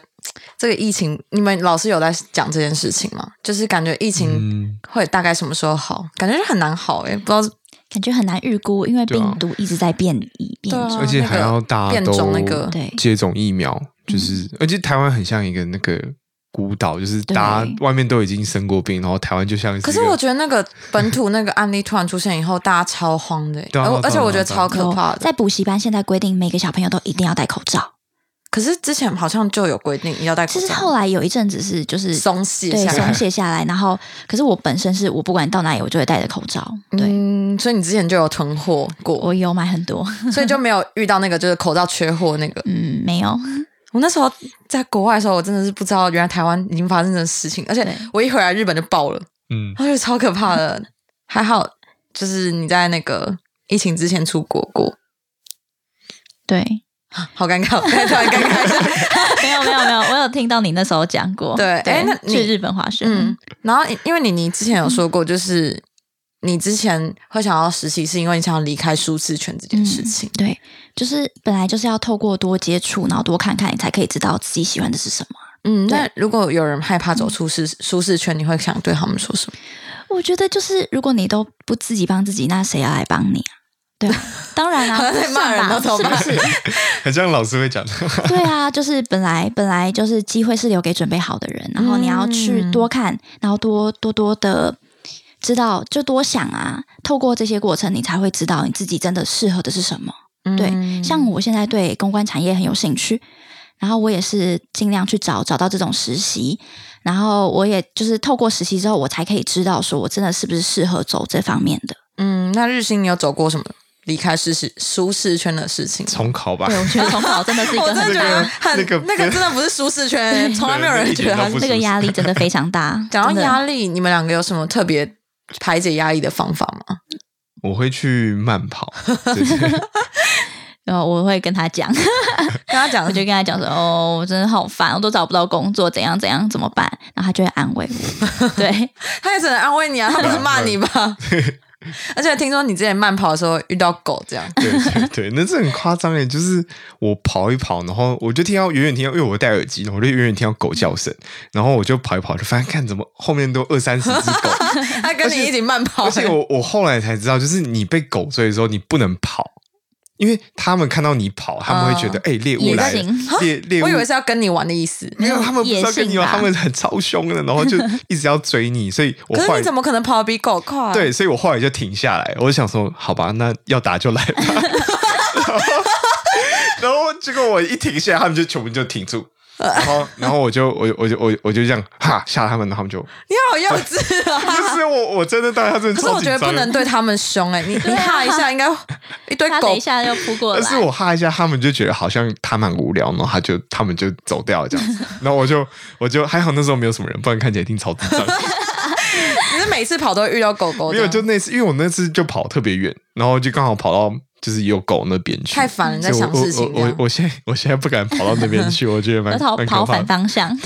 Speaker 2: 这个疫情，你们老师有在讲这件事情吗？就是感觉疫情
Speaker 3: 嗯
Speaker 2: 会大概什么时候好？感觉就很难好哎、不知道
Speaker 4: 感觉很难预估，因为
Speaker 3: 对啊
Speaker 4: 病毒一直在变异变
Speaker 2: 对啊
Speaker 4: 种。
Speaker 3: 而且还要大家
Speaker 2: 变种
Speaker 3: 都
Speaker 2: 那个嗯
Speaker 4: 对
Speaker 3: 接种疫苗，就是而且台湾很像一个那个孤岛，就是大家
Speaker 4: 对
Speaker 3: 外面都已经生过病，然后台湾就像是一
Speaker 2: 可
Speaker 3: 个
Speaker 2: 是我觉得那个本土那个案例突然出现以后，大家超慌的、欸，
Speaker 3: 对啊
Speaker 2: 而
Speaker 3: 对啊
Speaker 2: 而且我觉得超
Speaker 4: 有
Speaker 2: 可怕的。
Speaker 4: 在补习班现在规定每个小朋友都一定要戴口罩，
Speaker 2: 可是之前好像就有规定要戴口
Speaker 4: 其
Speaker 2: 罩，
Speaker 4: 实后来有一阵子是就是
Speaker 2: 松懈
Speaker 4: 对
Speaker 2: 下
Speaker 4: 松
Speaker 2: 来。
Speaker 4: 懈下来，然后可是我本身是我不管到哪里我就会戴着口罩，对、
Speaker 2: 嗯，所以你之前就有囤货过，
Speaker 4: 我有买很多，
Speaker 2: 所以就没有遇到那个就是口罩缺货那个。
Speaker 4: 嗯，没有，
Speaker 2: 我那时候在国外的时候，我真的是不知道原来台湾已经发生这种事情，而且
Speaker 4: 对
Speaker 2: 我一回来日本就爆了，
Speaker 3: 嗯
Speaker 2: 我觉得哦超可怕的。还好就是你在那个疫情之前出国过， [LAUGHS]
Speaker 4: 对，
Speaker 2: 好尴尬，突然尴尬一下。 [LAUGHS]
Speaker 4: 没有没有没有，我有听到你那时候讲过，
Speaker 2: 对诶那你
Speaker 4: 去日本滑雪，
Speaker 2: 嗯，然后因为你你之前有说过，就是你之前会想要实习，是因为你想要离开舒适圈这件事情。
Speaker 4: 嗯对，就是本来就是要透过多接触，然后多看看，你才可以知道自己喜欢的是什么。
Speaker 2: 嗯，那如果有人害怕走出舒适舒适圈，你会想对他们说什么？
Speaker 4: 我觉得就是如果你都不自己帮自己，那谁要来帮你啊？对
Speaker 2: [LAUGHS]
Speaker 4: 啊，当然
Speaker 2: 好
Speaker 4: 啊，
Speaker 2: 像在骂人
Speaker 4: 算吧
Speaker 2: 那种
Speaker 4: 是不是？
Speaker 3: 很像老师会讲的，
Speaker 4: [LAUGHS]
Speaker 3: [LAUGHS]
Speaker 4: 对啊，就是本来本来就是机会是留给准备好的人，然后你要去
Speaker 2: 嗯
Speaker 4: 多看，然后多多多的知道就多想啊，透过这些过程，你才会知道你自己真的适合的是什么。
Speaker 2: 嗯
Speaker 4: 对，像我现在对公关产业很有兴趣，然后我也是尽量去找找到这种实习，然后我也就是透过实习之后，我才可以知道说我真的是不是适合走这方面的。
Speaker 2: 嗯，那日新你有走过什么离开舒适舒适圈的事情吗？
Speaker 3: 重考吧
Speaker 4: 对，。我觉得重考真 [LAUGHS] 的是一
Speaker 2: 我
Speaker 4: 个
Speaker 2: 真的
Speaker 4: 很
Speaker 2: 觉
Speaker 4: 大
Speaker 2: 得
Speaker 4: 的，
Speaker 2: 很
Speaker 3: 那个
Speaker 2: 那个真的不是舒适
Speaker 3: [LAUGHS]
Speaker 2: 圈，从来没有人觉得它
Speaker 3: 对那一点都
Speaker 2: 是。
Speaker 3: 不是
Speaker 4: 啊那个压力真的非常 [LAUGHS] 大。
Speaker 2: 讲
Speaker 4: 真
Speaker 2: 到
Speaker 4: 的
Speaker 2: 压力，你们两个有什么特别排解压力的方法吗？
Speaker 3: 我会去慢跑， [LAUGHS] 对对对
Speaker 4: 然后我会跟他 [LAUGHS] 讲，
Speaker 2: 跟他讲，
Speaker 4: 我就 [LAUGHS] 跟他讲说：“哦，我真的好烦，我都找不到工作，怎样怎样，怎么办？”然后他就会安慰 [LAUGHS] 我。对，
Speaker 2: [LAUGHS] 他也只能安慰你啊，他不是骂你
Speaker 4: [LAUGHS]
Speaker 2: 吧？而且听说你之前慢跑的时候遇到狗，这样
Speaker 3: 对对对，那是很夸张诶，就是我跑一跑，然后我就听到远远听到，因为我戴耳机，然后我就远远听到狗叫声，然后我就跑一跑，就发现看怎么后面都二三十只狗，
Speaker 2: 他跟你一起慢跑欸
Speaker 3: 而，且我我后来才知道，就是你被狗追的时候，你不能跑，因为他们看到你跑，他们会觉得哎、猎物
Speaker 4: 野
Speaker 3: 来了
Speaker 4: 性，
Speaker 3: 猎猎
Speaker 2: [LAUGHS]
Speaker 3: 物
Speaker 2: 我以为是要跟你玩的意思。
Speaker 3: 没有，他们不知道跟你
Speaker 4: 野性
Speaker 3: 玩，
Speaker 4: 吧
Speaker 3: 他们很超凶的，然后就一直要追你，所以我
Speaker 2: 可
Speaker 3: 后
Speaker 2: 是
Speaker 3: 来
Speaker 2: 你怎么可能跑得比狗快？啊
Speaker 3: 对，，所以我后来就停下来，我就想说，好吧，那要打就来吧。 [LAUGHS] 然后然后结果我一停下来，他们就全部就停住。然后，然后我就我我就我我就这样哈吓他们，然后他们就 [LAUGHS]
Speaker 2: 你好幼稚啊！
Speaker 3: 就是我我真的当下真的
Speaker 2: 可是
Speaker 3: 超
Speaker 2: 我
Speaker 3: 紧
Speaker 2: 觉得
Speaker 3: 张的。
Speaker 2: 不能对他们凶哎、你你哈一下应该一堆
Speaker 4: 啊他等
Speaker 2: 狗
Speaker 4: 一下又扑过来
Speaker 3: 但。是我哈一下，他们就觉得好像他蛮无聊，然后他就他们就走掉了
Speaker 2: [LAUGHS]
Speaker 3: 这样子。然后我就我就还好那时候没有什么人，不然看起来一定超智
Speaker 2: [LAUGHS]
Speaker 3: 障。
Speaker 2: 你是每次跑都会遇到狗狗的，
Speaker 3: 没有，就那次，因为我那次就跑特别远，然后就刚好跑到就是有狗那边去，
Speaker 2: 太烦了，你在
Speaker 3: 所以
Speaker 2: 想
Speaker 3: 我
Speaker 2: 事情
Speaker 3: 我
Speaker 2: 这
Speaker 3: 我我
Speaker 2: 样。
Speaker 3: 我现在 [LAUGHS] 我现在不敢跑到那边去，我觉得
Speaker 2: [LAUGHS]
Speaker 3: 蛮
Speaker 4: 要逃
Speaker 3: 蛮
Speaker 4: 跑
Speaker 3: [LAUGHS] 可怕
Speaker 4: 反
Speaker 3: 的。
Speaker 4: 方向，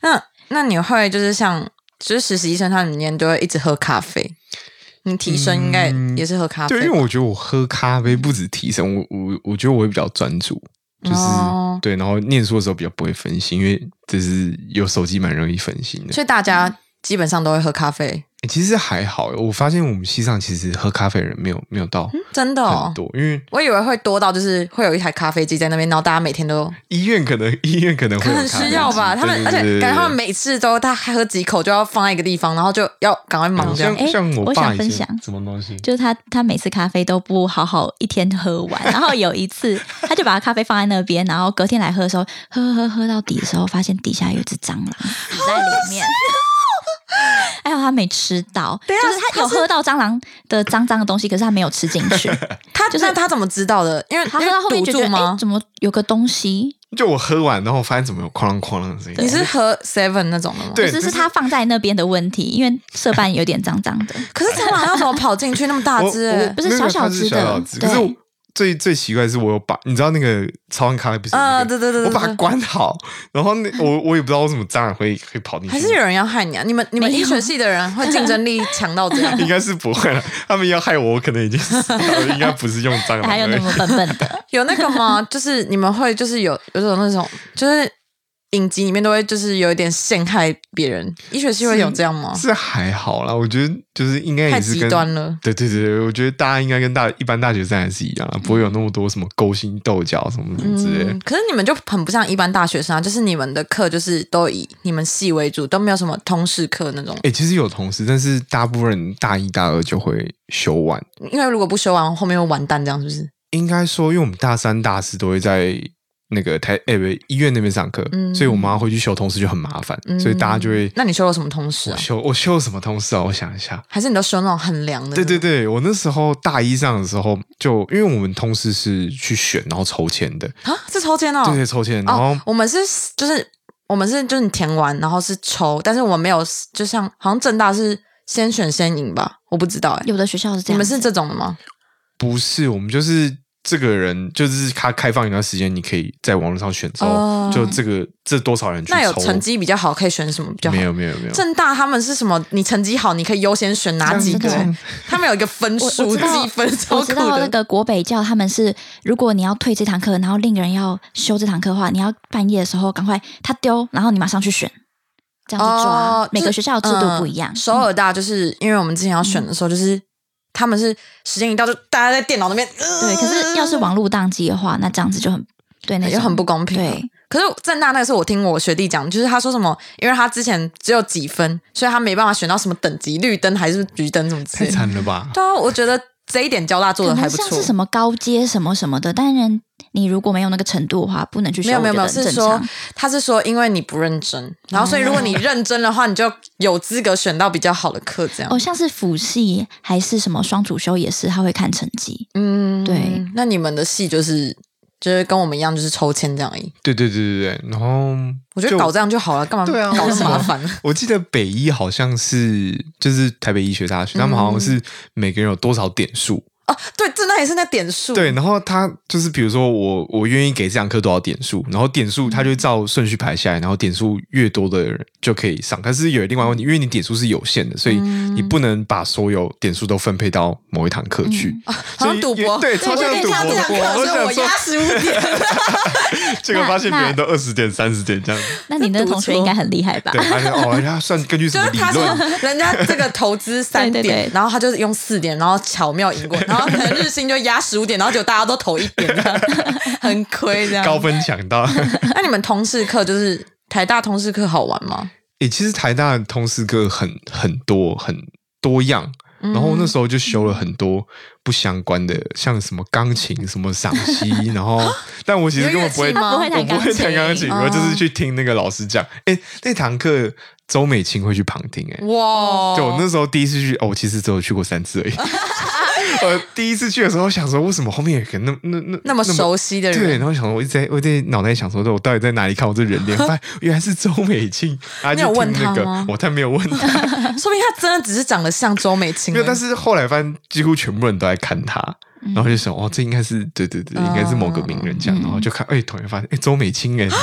Speaker 2: 那那你会就是像就是实习生他们年都会一直喝咖啡，你提升应该
Speaker 3: 嗯
Speaker 2: 也是喝咖啡
Speaker 3: 对，
Speaker 2: 吧，
Speaker 3: 因为我觉得我喝咖啡不止提升，我我我觉得我会比较专注，就是、
Speaker 2: 哦
Speaker 3: 对，然后念书的时候比较不会分心，因为就是有手机蛮容易分心的。
Speaker 2: 所以大家基本上都会喝咖啡，
Speaker 3: 欸其实还好，我发现我们西上其实喝咖啡的人没有没有到
Speaker 2: 真的哦
Speaker 3: 很。多，因为
Speaker 2: 我以为会多到就是会有一台咖啡机在那边，然后大家每天都
Speaker 3: 医院可能 [LAUGHS] 医院可能会
Speaker 2: 可
Speaker 3: 有
Speaker 2: 能很
Speaker 3: 咖啡
Speaker 2: 需要吧。
Speaker 3: 机
Speaker 2: 他们
Speaker 3: 对
Speaker 2: 而
Speaker 3: 对对
Speaker 2: 且
Speaker 3: 对
Speaker 2: 感觉他
Speaker 3: 对
Speaker 2: 们每次都他喝几口就要放在一个地方，然后就要赶快忙这样。
Speaker 3: 像
Speaker 4: 哎
Speaker 3: 像
Speaker 4: 我
Speaker 3: 爸
Speaker 4: 想
Speaker 3: 以
Speaker 4: 分
Speaker 3: 前
Speaker 4: 享
Speaker 3: 什么东西，
Speaker 4: 就是他，他每次咖啡都不好好一天喝完，然后有一次他就把咖啡放在那边，然后隔天来喝的时候，喝喝喝喝到底的时候，发现底下有一只蟑螂死在里面。还有他没吃到，就
Speaker 2: 等一下
Speaker 4: 是他有喝到蟑螂的脏脏的东西，可是他没有吃进去。
Speaker 2: 他
Speaker 4: 就是
Speaker 2: 那他怎么知道的？因为
Speaker 4: 他喝
Speaker 2: 因为
Speaker 4: 到后面
Speaker 2: 堵
Speaker 4: 就觉
Speaker 2: 住
Speaker 4: 得，哎
Speaker 2: 吗，？
Speaker 4: 怎么有个东西？
Speaker 3: 就我喝完，然后发现怎么有哐啷哐啷的声音。
Speaker 2: 你是喝 Seven 那种的吗？
Speaker 3: 对
Speaker 4: 可是
Speaker 3: 就是
Speaker 4: 是他放在那边的问题，因为色斑有点脏脏的。
Speaker 2: 可是蟑螂要怎么跑进去那么大
Speaker 3: 我
Speaker 2: 只、
Speaker 3: [LAUGHS] 我
Speaker 2: 欸？
Speaker 4: 不是
Speaker 3: 没有
Speaker 4: 小
Speaker 3: 它
Speaker 4: 小
Speaker 3: 是
Speaker 4: 只
Speaker 3: 小
Speaker 4: 的
Speaker 3: 小只
Speaker 4: 对
Speaker 3: 可是我最最奇怪的是，我有把你知道那个超人咖啡不是有那
Speaker 2: 啊，
Speaker 3: 个
Speaker 2: 对对对
Speaker 3: 我
Speaker 2: 对
Speaker 3: 把它
Speaker 2: 对。
Speaker 3: 关好，然后那我我也不知道为什么蟑螂会会跑进去，？
Speaker 2: 还是有人要害你啊！你们你们
Speaker 4: 没
Speaker 2: 医
Speaker 4: 有
Speaker 2: 学系的人会竞争力强到这样
Speaker 3: [LAUGHS] 应该是不会了，他们要害我，我可能已经死掉了，应该不是用蟑螂而已。
Speaker 4: 还有那么笨笨的，
Speaker 2: 有那个吗？就是你们会就是有有种那种就是影集里面都会就是有一点陷害别人，医学系会有这样吗？
Speaker 3: 是还好啦，我觉得就是应该
Speaker 2: 太
Speaker 3: 也是
Speaker 2: 极
Speaker 3: 跟
Speaker 2: 端了。
Speaker 3: 对对对，我觉得大家应该跟大一般大学生还是一样啦，不会有那么多什么勾心斗角什么什么之类的。
Speaker 2: 嗯，可是你们就很不像一般大学生啊，就是你们的课就是都以你们系为主，都没有什么通识课那种。
Speaker 3: 哎、其实有同事，但是大部分人大一大二就会修完。
Speaker 2: 因为如果不修完，后面会完蛋，这样是不是？
Speaker 3: 应该说，因为我们大三、大四都会在那个台诶、不医院那边上课，
Speaker 2: 嗯
Speaker 3: 所以我妈回去修同事就很麻烦，
Speaker 2: 嗯
Speaker 3: 所以大家就会
Speaker 2: 那你修了什么通识
Speaker 3: 我
Speaker 2: 啊？
Speaker 3: 修我修了什么同事啊？我想一下，
Speaker 2: 还是你都修那种很凉的？
Speaker 3: 对对，对，我那时候大一上的时候就，因为我们同事是去选然后抽签的，
Speaker 2: 啊，是抽签哦。
Speaker 3: 对对，抽签，然后、
Speaker 2: 哦，我们是就是我们是就是你填完然后是抽，但是我们没有，就像好像正大是先选先赢吧，我不知道哎、
Speaker 4: 有的学校是这
Speaker 2: 你
Speaker 4: 样
Speaker 2: 们
Speaker 4: 子。
Speaker 2: 是这种的吗？
Speaker 3: 不是我们就是。这个人就是他开放一段时间，你可以在网络上选之后，
Speaker 2: 哦
Speaker 3: 就这个这多少人去抽？
Speaker 2: 那有成绩比较好可以选什么比较好？
Speaker 3: 没有没有没有，
Speaker 2: 正大他们是什么？你成绩好，你可以优先选哪几个
Speaker 4: 这
Speaker 2: 欸
Speaker 4: 样？
Speaker 2: 他们有一个分
Speaker 4: 我
Speaker 2: 数
Speaker 4: 我知道
Speaker 2: 积分， [LAUGHS] 超
Speaker 4: 我
Speaker 2: 酷
Speaker 4: 知道那
Speaker 2: 的。
Speaker 4: 个国北教他们是，如果你要退这堂课，然后令人要修这堂课的话，你要半夜的时候赶快他丢，然后你马上去选，这样去抓。每
Speaker 2: 就
Speaker 4: 个学校的制度不一样。嗯
Speaker 2: 嗯哦首尔大就是因为我们之前要选的时候，就是他们是时间一到就大家在电脑那边，
Speaker 4: 嗯
Speaker 2: 呃
Speaker 4: 对，可是要是网络宕机的话，那这样子就很对，那
Speaker 2: 嗯也
Speaker 4: 种
Speaker 2: 很不公平啊。
Speaker 4: 对。
Speaker 2: 可是正大那个时候，我听我学弟讲，就是他说什么，因为他之前只有几分，所以他没办法选到什么等级绿灯还是橘灯什么之
Speaker 3: 太
Speaker 2: 类
Speaker 4: [LAUGHS]
Speaker 2: 的。
Speaker 3: 惨了吧？
Speaker 2: 对啊，我觉得这一点交大做
Speaker 4: 可
Speaker 2: 的还
Speaker 4: 能
Speaker 2: 不
Speaker 4: 像
Speaker 2: 错
Speaker 4: 是。什么高阶什么什么的，当然你如果没有那个程度的话，不能去修，
Speaker 2: 没有没有没有，
Speaker 4: 我觉得
Speaker 2: 是
Speaker 4: 很正
Speaker 2: 说
Speaker 4: 常。
Speaker 2: 他是说因为你不认真，然后所以如果你认真的话，你就有资格选到比较好的课，这样。
Speaker 4: 哦，像是辅系还是什么双主修也是，他会看成绩。
Speaker 2: 嗯，
Speaker 4: 对。
Speaker 2: 那你们的戏就是就是跟我们一样，就是抽签这样而已。
Speaker 3: 对对对对对，然后
Speaker 2: 我觉得
Speaker 3: 就
Speaker 2: 搞这样就好了，干嘛
Speaker 3: 对啊
Speaker 2: 搞那么麻
Speaker 4: [LAUGHS]
Speaker 2: 烦？
Speaker 3: 我记得北医好像是就是台北医学
Speaker 2: 嗯
Speaker 3: 大学，他们好像是每个人有多少点数，
Speaker 2: 哦，对，正大也是那点数。
Speaker 3: 对，，然后他就是比如说我我愿意给这堂课多少点数，然后点
Speaker 2: 嗯
Speaker 3: 数他就照顺序排下来，然后点数越多的人就可以上。但是有另外一个问题，因为你点数是有限的，所以
Speaker 2: 嗯
Speaker 3: 你不能把所有点数都分配到某一堂课去。
Speaker 2: 嗯
Speaker 3: [LAUGHS]
Speaker 2: 好像赌博，哎
Speaker 3: 对，超
Speaker 2: 我
Speaker 3: 像
Speaker 2: 跟你
Speaker 3: 赌
Speaker 2: 讲这
Speaker 3: 博
Speaker 2: 堂。课，
Speaker 3: 我
Speaker 2: 所以我
Speaker 3: 想说
Speaker 2: 压，十五点。
Speaker 3: 结果发现别
Speaker 4: 那
Speaker 3: 人都二十点、三十点这样。
Speaker 4: 那你的同学应该很厉害吧
Speaker 3: 对，？发现哦，他算根据
Speaker 2: [LAUGHS]
Speaker 3: 什
Speaker 2: 就
Speaker 3: 么
Speaker 2: 是
Speaker 3: 理
Speaker 2: 他说
Speaker 3: 论？
Speaker 2: 人家这个投资三点，
Speaker 4: 对对对
Speaker 2: 然后他就是用四点，然后巧妙赢过，然后可能日新就压十五点，然后就大家都投一点，这样很亏这样。
Speaker 3: 高分抢
Speaker 2: [LAUGHS]
Speaker 3: 到。
Speaker 2: 那你们通识课就是台大通识课好玩吗？
Speaker 3: 诶、其实台大的通识课很很多很多样，然后那时候就修了很多不相关的，像什么钢琴、什么赏析，然后但我其实根本不
Speaker 2: 有
Speaker 3: 会
Speaker 2: 乐器吗
Speaker 4: 不会
Speaker 3: 我
Speaker 4: 弹
Speaker 3: 不
Speaker 4: 钢
Speaker 3: 会弹钢琴，
Speaker 4: 琴，
Speaker 3: 我就是去听那个老师讲。诶、那堂课周美青会去旁听、诶，
Speaker 2: 哇，
Speaker 3: 就我那时候第一次去，哦，我其实只有去过三次而已。我第一次去的时候，想说为什么后面有个那那那
Speaker 2: 那么熟悉的
Speaker 3: 对，
Speaker 2: 人
Speaker 3: 然，后想说，我一直在我在脑袋想说，我到底在哪里看我这
Speaker 4: [LAUGHS]
Speaker 3: 人脸？发现原来是周美庆，啊，
Speaker 2: 你
Speaker 3: 就
Speaker 2: 有问
Speaker 3: 听那
Speaker 2: 他
Speaker 3: 个
Speaker 2: 吗，
Speaker 3: 我他没有问
Speaker 4: [LAUGHS]
Speaker 3: 他，
Speaker 2: 说不定他真的只是长得像周美青
Speaker 3: 没
Speaker 2: 而已。
Speaker 3: 有。但是后来发现几乎全部人都在看他，
Speaker 4: 嗯
Speaker 3: 然后就想，哦，这应该是对对对，应
Speaker 4: 哦
Speaker 3: 该是某个名人这样，然后就
Speaker 4: 嗯
Speaker 3: 看，哎，突然发现，哎，周美青，哎，
Speaker 4: 啊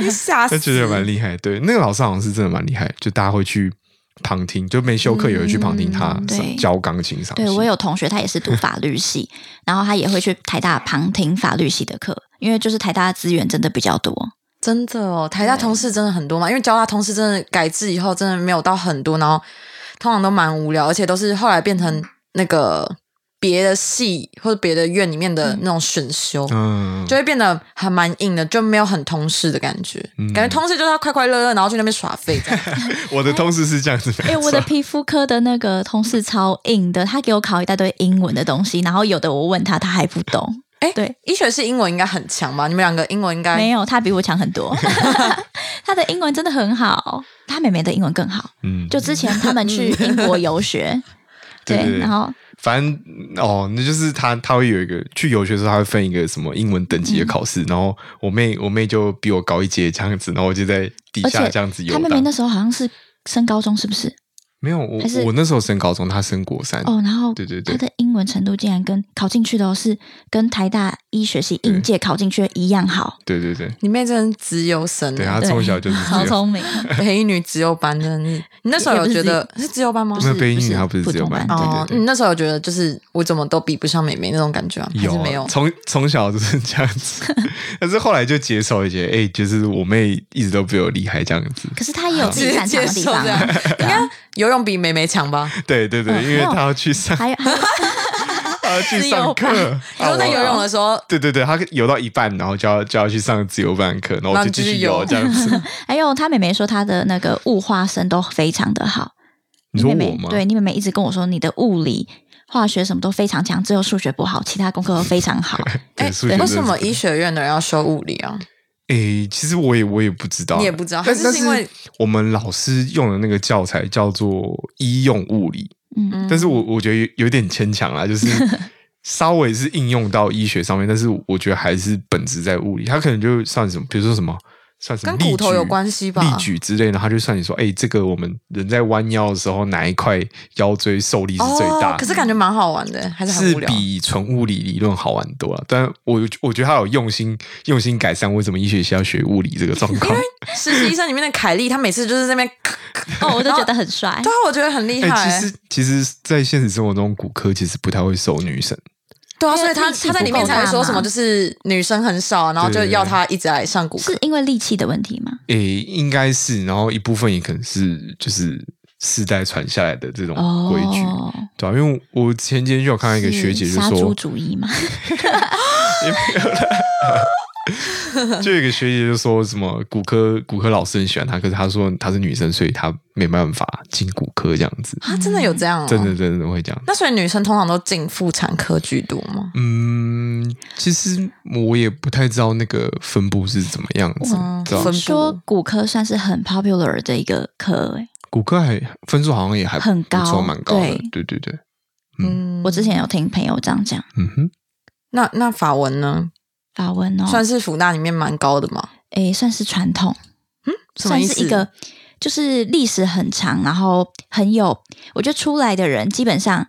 Speaker 2: 你吓 [LAUGHS]
Speaker 3: 就
Speaker 2: 死，
Speaker 3: 觉得蛮厉害。对，那个老师好像是真的蛮厉害，就大家会去旁听，就没修课也会去旁听他
Speaker 4: 嗯对
Speaker 3: 教钢琴上。
Speaker 4: 对我有同学，他也是读法
Speaker 3: [LAUGHS]
Speaker 4: 律系，然后他也会去台大旁听法律系的课，因为就是台大的资源真的比较多。
Speaker 2: 真的哦，台大通识真的很多嘛，因为交大通识真的改制以后，真的没有到很多，然后通常都蛮无聊，而且都是后来变
Speaker 3: 嗯
Speaker 2: 成那个别的系或者别的院里面的那种选修，
Speaker 3: 嗯，
Speaker 2: 就会变得还蛮硬的，就没有很通识的感觉。
Speaker 3: 嗯
Speaker 2: 感觉通识就是要快快乐乐，然后去那边耍废
Speaker 3: [LAUGHS]
Speaker 2: 这样。
Speaker 3: 我的同事是这样子，
Speaker 4: 哎、
Speaker 3: 没
Speaker 4: 我
Speaker 3: 错
Speaker 4: 的皮肤科的那个同事超硬的，他给我考一大堆英文的东西，然后有的我问他，他还不懂。
Speaker 2: 哎
Speaker 4: 对，
Speaker 2: 医学系英文应该很强吧？你们两个英文应该
Speaker 4: 没有，他比我强很
Speaker 3: [LAUGHS]
Speaker 4: 多。他的英文真的很好，他妹妹的英文更好。
Speaker 3: 嗯，
Speaker 4: 就之前他们去英国游学，
Speaker 3: [LAUGHS] 对对对
Speaker 4: 然后
Speaker 3: 反正哦，那就是他他会有一个去游学的时候，他会分一个什么英文等级的考试，然后我妹我妹就比我高一阶这样子，然后我就在底
Speaker 4: 而
Speaker 3: 下
Speaker 4: 且
Speaker 3: 这样子游
Speaker 4: 他妹妹
Speaker 3: 荡
Speaker 4: 那。时候好像是升高中，是不是？
Speaker 3: 没有我
Speaker 4: 还是
Speaker 3: 我那时候升高中，她升国三，
Speaker 4: 哦，然后
Speaker 3: 对对对
Speaker 4: 他的英文程度竟然跟考进去的、哦、是跟台大医学系应届考进去的一样好，
Speaker 3: 对对对，
Speaker 2: 你妹真的直优生
Speaker 3: 对
Speaker 2: 啊，
Speaker 3: 她从小就是
Speaker 4: [LAUGHS] 好
Speaker 3: 这样。
Speaker 4: 聪明，哦
Speaker 2: [LAUGHS] 北一女直优班真的是。你那时候有觉得是直优班吗
Speaker 3: 没？有
Speaker 4: 是
Speaker 3: 北英
Speaker 4: 不
Speaker 3: 女
Speaker 4: 是
Speaker 3: 她不是
Speaker 4: 普
Speaker 3: 自由
Speaker 4: 通
Speaker 3: 班，
Speaker 4: 班
Speaker 2: 哦，
Speaker 3: 对对
Speaker 2: 你
Speaker 3: 对。
Speaker 2: 那时候有觉得就是我怎么都比不上美美那种感觉啊？还是没有
Speaker 3: 啊？从从小就是这样子，但是后来就接受一些，哎、就是我妹一直都比我厉害这样子，
Speaker 4: 可是他也有自己擅长的地方、
Speaker 2: 直接接
Speaker 4: 啊， [LAUGHS]
Speaker 2: [LAUGHS]
Speaker 4: 对啊
Speaker 2: 游泳比美美强
Speaker 3: [LAUGHS]
Speaker 2: 吧？
Speaker 3: 对对对，
Speaker 4: 嗯
Speaker 3: 因为
Speaker 4: 没有
Speaker 3: 她要去上，
Speaker 4: 还有还有
Speaker 3: 她要去上课，
Speaker 4: 自
Speaker 3: 啊
Speaker 2: 你说在
Speaker 3: 我
Speaker 2: 游泳的时候，
Speaker 3: 对对对，他游到一半，然后就要就要去上自由班课，然后我
Speaker 2: 然后
Speaker 3: 就
Speaker 2: 继
Speaker 3: 继
Speaker 2: 续
Speaker 3: 续游
Speaker 2: 游
Speaker 3: 这样
Speaker 2: [LAUGHS]
Speaker 3: 子。
Speaker 4: 还有他妹妹说他的那个物化生都非常的好，
Speaker 3: 你说
Speaker 4: 妹妹
Speaker 3: 我吗？
Speaker 4: 对你妹妹一直跟我说你的物理。化学什么都非常强，只有数学不好，其他功课都非
Speaker 3: [LAUGHS]
Speaker 4: 常好。
Speaker 3: 对，
Speaker 2: 哎
Speaker 3: 数学
Speaker 2: 为
Speaker 3: 真的
Speaker 2: 什么
Speaker 3: 是
Speaker 2: 医学院的人要修物理啊？
Speaker 3: 诶，其实我也我也不知道，
Speaker 2: 你也不知道
Speaker 3: 但
Speaker 2: 还是
Speaker 3: 但
Speaker 2: 是因为
Speaker 3: 我们老师用的那个教材叫做医用物理，
Speaker 4: 嗯，
Speaker 3: 但是我我觉得有有点牵强啦，就是
Speaker 2: [LAUGHS]
Speaker 3: 稍微是应用到医学上面，但是我觉得还是本质在物理，它可能就算什么，比如说什么。算什么
Speaker 2: 跟骨头
Speaker 3: 力矩
Speaker 2: 有关系吧
Speaker 3: 力矩之类的，他就算你说，哎、这个我们人在弯腰的时候，哪一块腰椎受力是最大的？
Speaker 2: 哦可是感觉蛮好玩的，欸还是很
Speaker 3: 是
Speaker 2: 无聊。
Speaker 3: 比纯物理理论好玩多了，但我我觉得他有用心用心改善为什么医学系要学物理这个状况。
Speaker 2: 实习医生里面的凯莉，她每次就是在那边咳，
Speaker 4: 哦，我都觉得很帅
Speaker 2: 对。啊，我觉得 [LAUGHS] 很厉害。
Speaker 3: 哎、其实其实，在现实生活中，骨科其实不太会收女生。
Speaker 2: 对啊，
Speaker 4: 因为
Speaker 2: 所以她
Speaker 4: 力气
Speaker 2: 她在里面
Speaker 4: 不够
Speaker 2: 才会
Speaker 4: 大
Speaker 2: 说
Speaker 4: 嘛
Speaker 2: 什么，就是女生很少，然后就
Speaker 3: 对对对
Speaker 2: 要她一直来上骨科
Speaker 4: 是。因为力气的问题吗？
Speaker 3: 诶、哎应该是，然后一部分也可能是就是世代传下来的这种
Speaker 4: 哦，
Speaker 3: 规矩，对吧、因为我前几天就有看到一个
Speaker 4: 是
Speaker 3: 学姐就
Speaker 4: 杀
Speaker 3: 说
Speaker 4: 猪，主义嘛，
Speaker 3: 就有一个学姐就说什么骨科骨科老师很喜欢她，可是她说她是女生，所以她没办法进骨科这样子。
Speaker 2: 啊，真的有这样、哦？
Speaker 3: 真的真的会这样。
Speaker 2: 那所以女生通常都进妇产科居多吗？
Speaker 3: 嗯，其实我也不太知道那个分布是怎么样子，
Speaker 2: 哇
Speaker 3: 知道
Speaker 2: 分布
Speaker 4: 嗯说骨科算是很 popular 的一个科、
Speaker 2: 嗯
Speaker 4: 欸，
Speaker 3: 骨科还分数好像也还
Speaker 4: 很高
Speaker 3: 不错蛮高的。对
Speaker 4: 对
Speaker 3: 对对，
Speaker 2: 嗯，
Speaker 4: 我之前有听朋友这样讲，
Speaker 3: 嗯哼，
Speaker 2: 那那法文呢，
Speaker 4: 法文哦，
Speaker 2: 算是福大里面蛮高的嘛？
Speaker 4: 诶、算是传统，
Speaker 2: 嗯什么
Speaker 4: 算
Speaker 2: 意
Speaker 4: 是
Speaker 2: 思？
Speaker 4: 一个就是历史很长，然后很有，我觉得出来的人基本上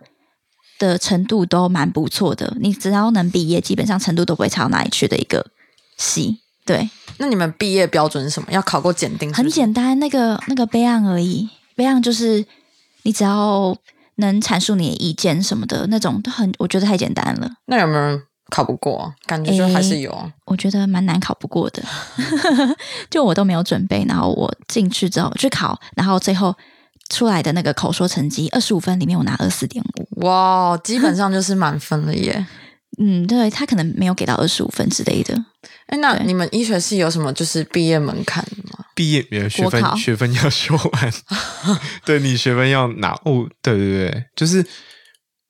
Speaker 4: 的程度都蛮不错的，你只要能毕业，基本上程度都不会差到哪里去的一个系。对，
Speaker 2: 那你们毕业标准是什么？要考过检定是
Speaker 4: 很
Speaker 2: 嗯不是
Speaker 4: 简单，那个那个备案而已，备案就是你只要能阐述你的意见什么的那种，都很我觉得太简单了，
Speaker 2: 那有没有人考不过啊？感觉就还是有啊。
Speaker 4: 我觉得蛮难考不过的。 [LAUGHS] 就我都没有准备，然后我进去之后去考，然后最后出来的那个口说成绩二十五分里面，我拿二四点五。
Speaker 2: 哇，基本上就是满分了耶。
Speaker 4: [LAUGHS] 嗯，对他可能没有给到二十五分之 [LAUGHS] 类的。
Speaker 2: 哎，那
Speaker 4: 对
Speaker 2: 你们医学系有什么就是毕业门槛吗？
Speaker 3: 毕业没有学
Speaker 4: 国考
Speaker 3: 分，学分要修完， [LAUGHS] 对你学分要拿哦，对对对，就是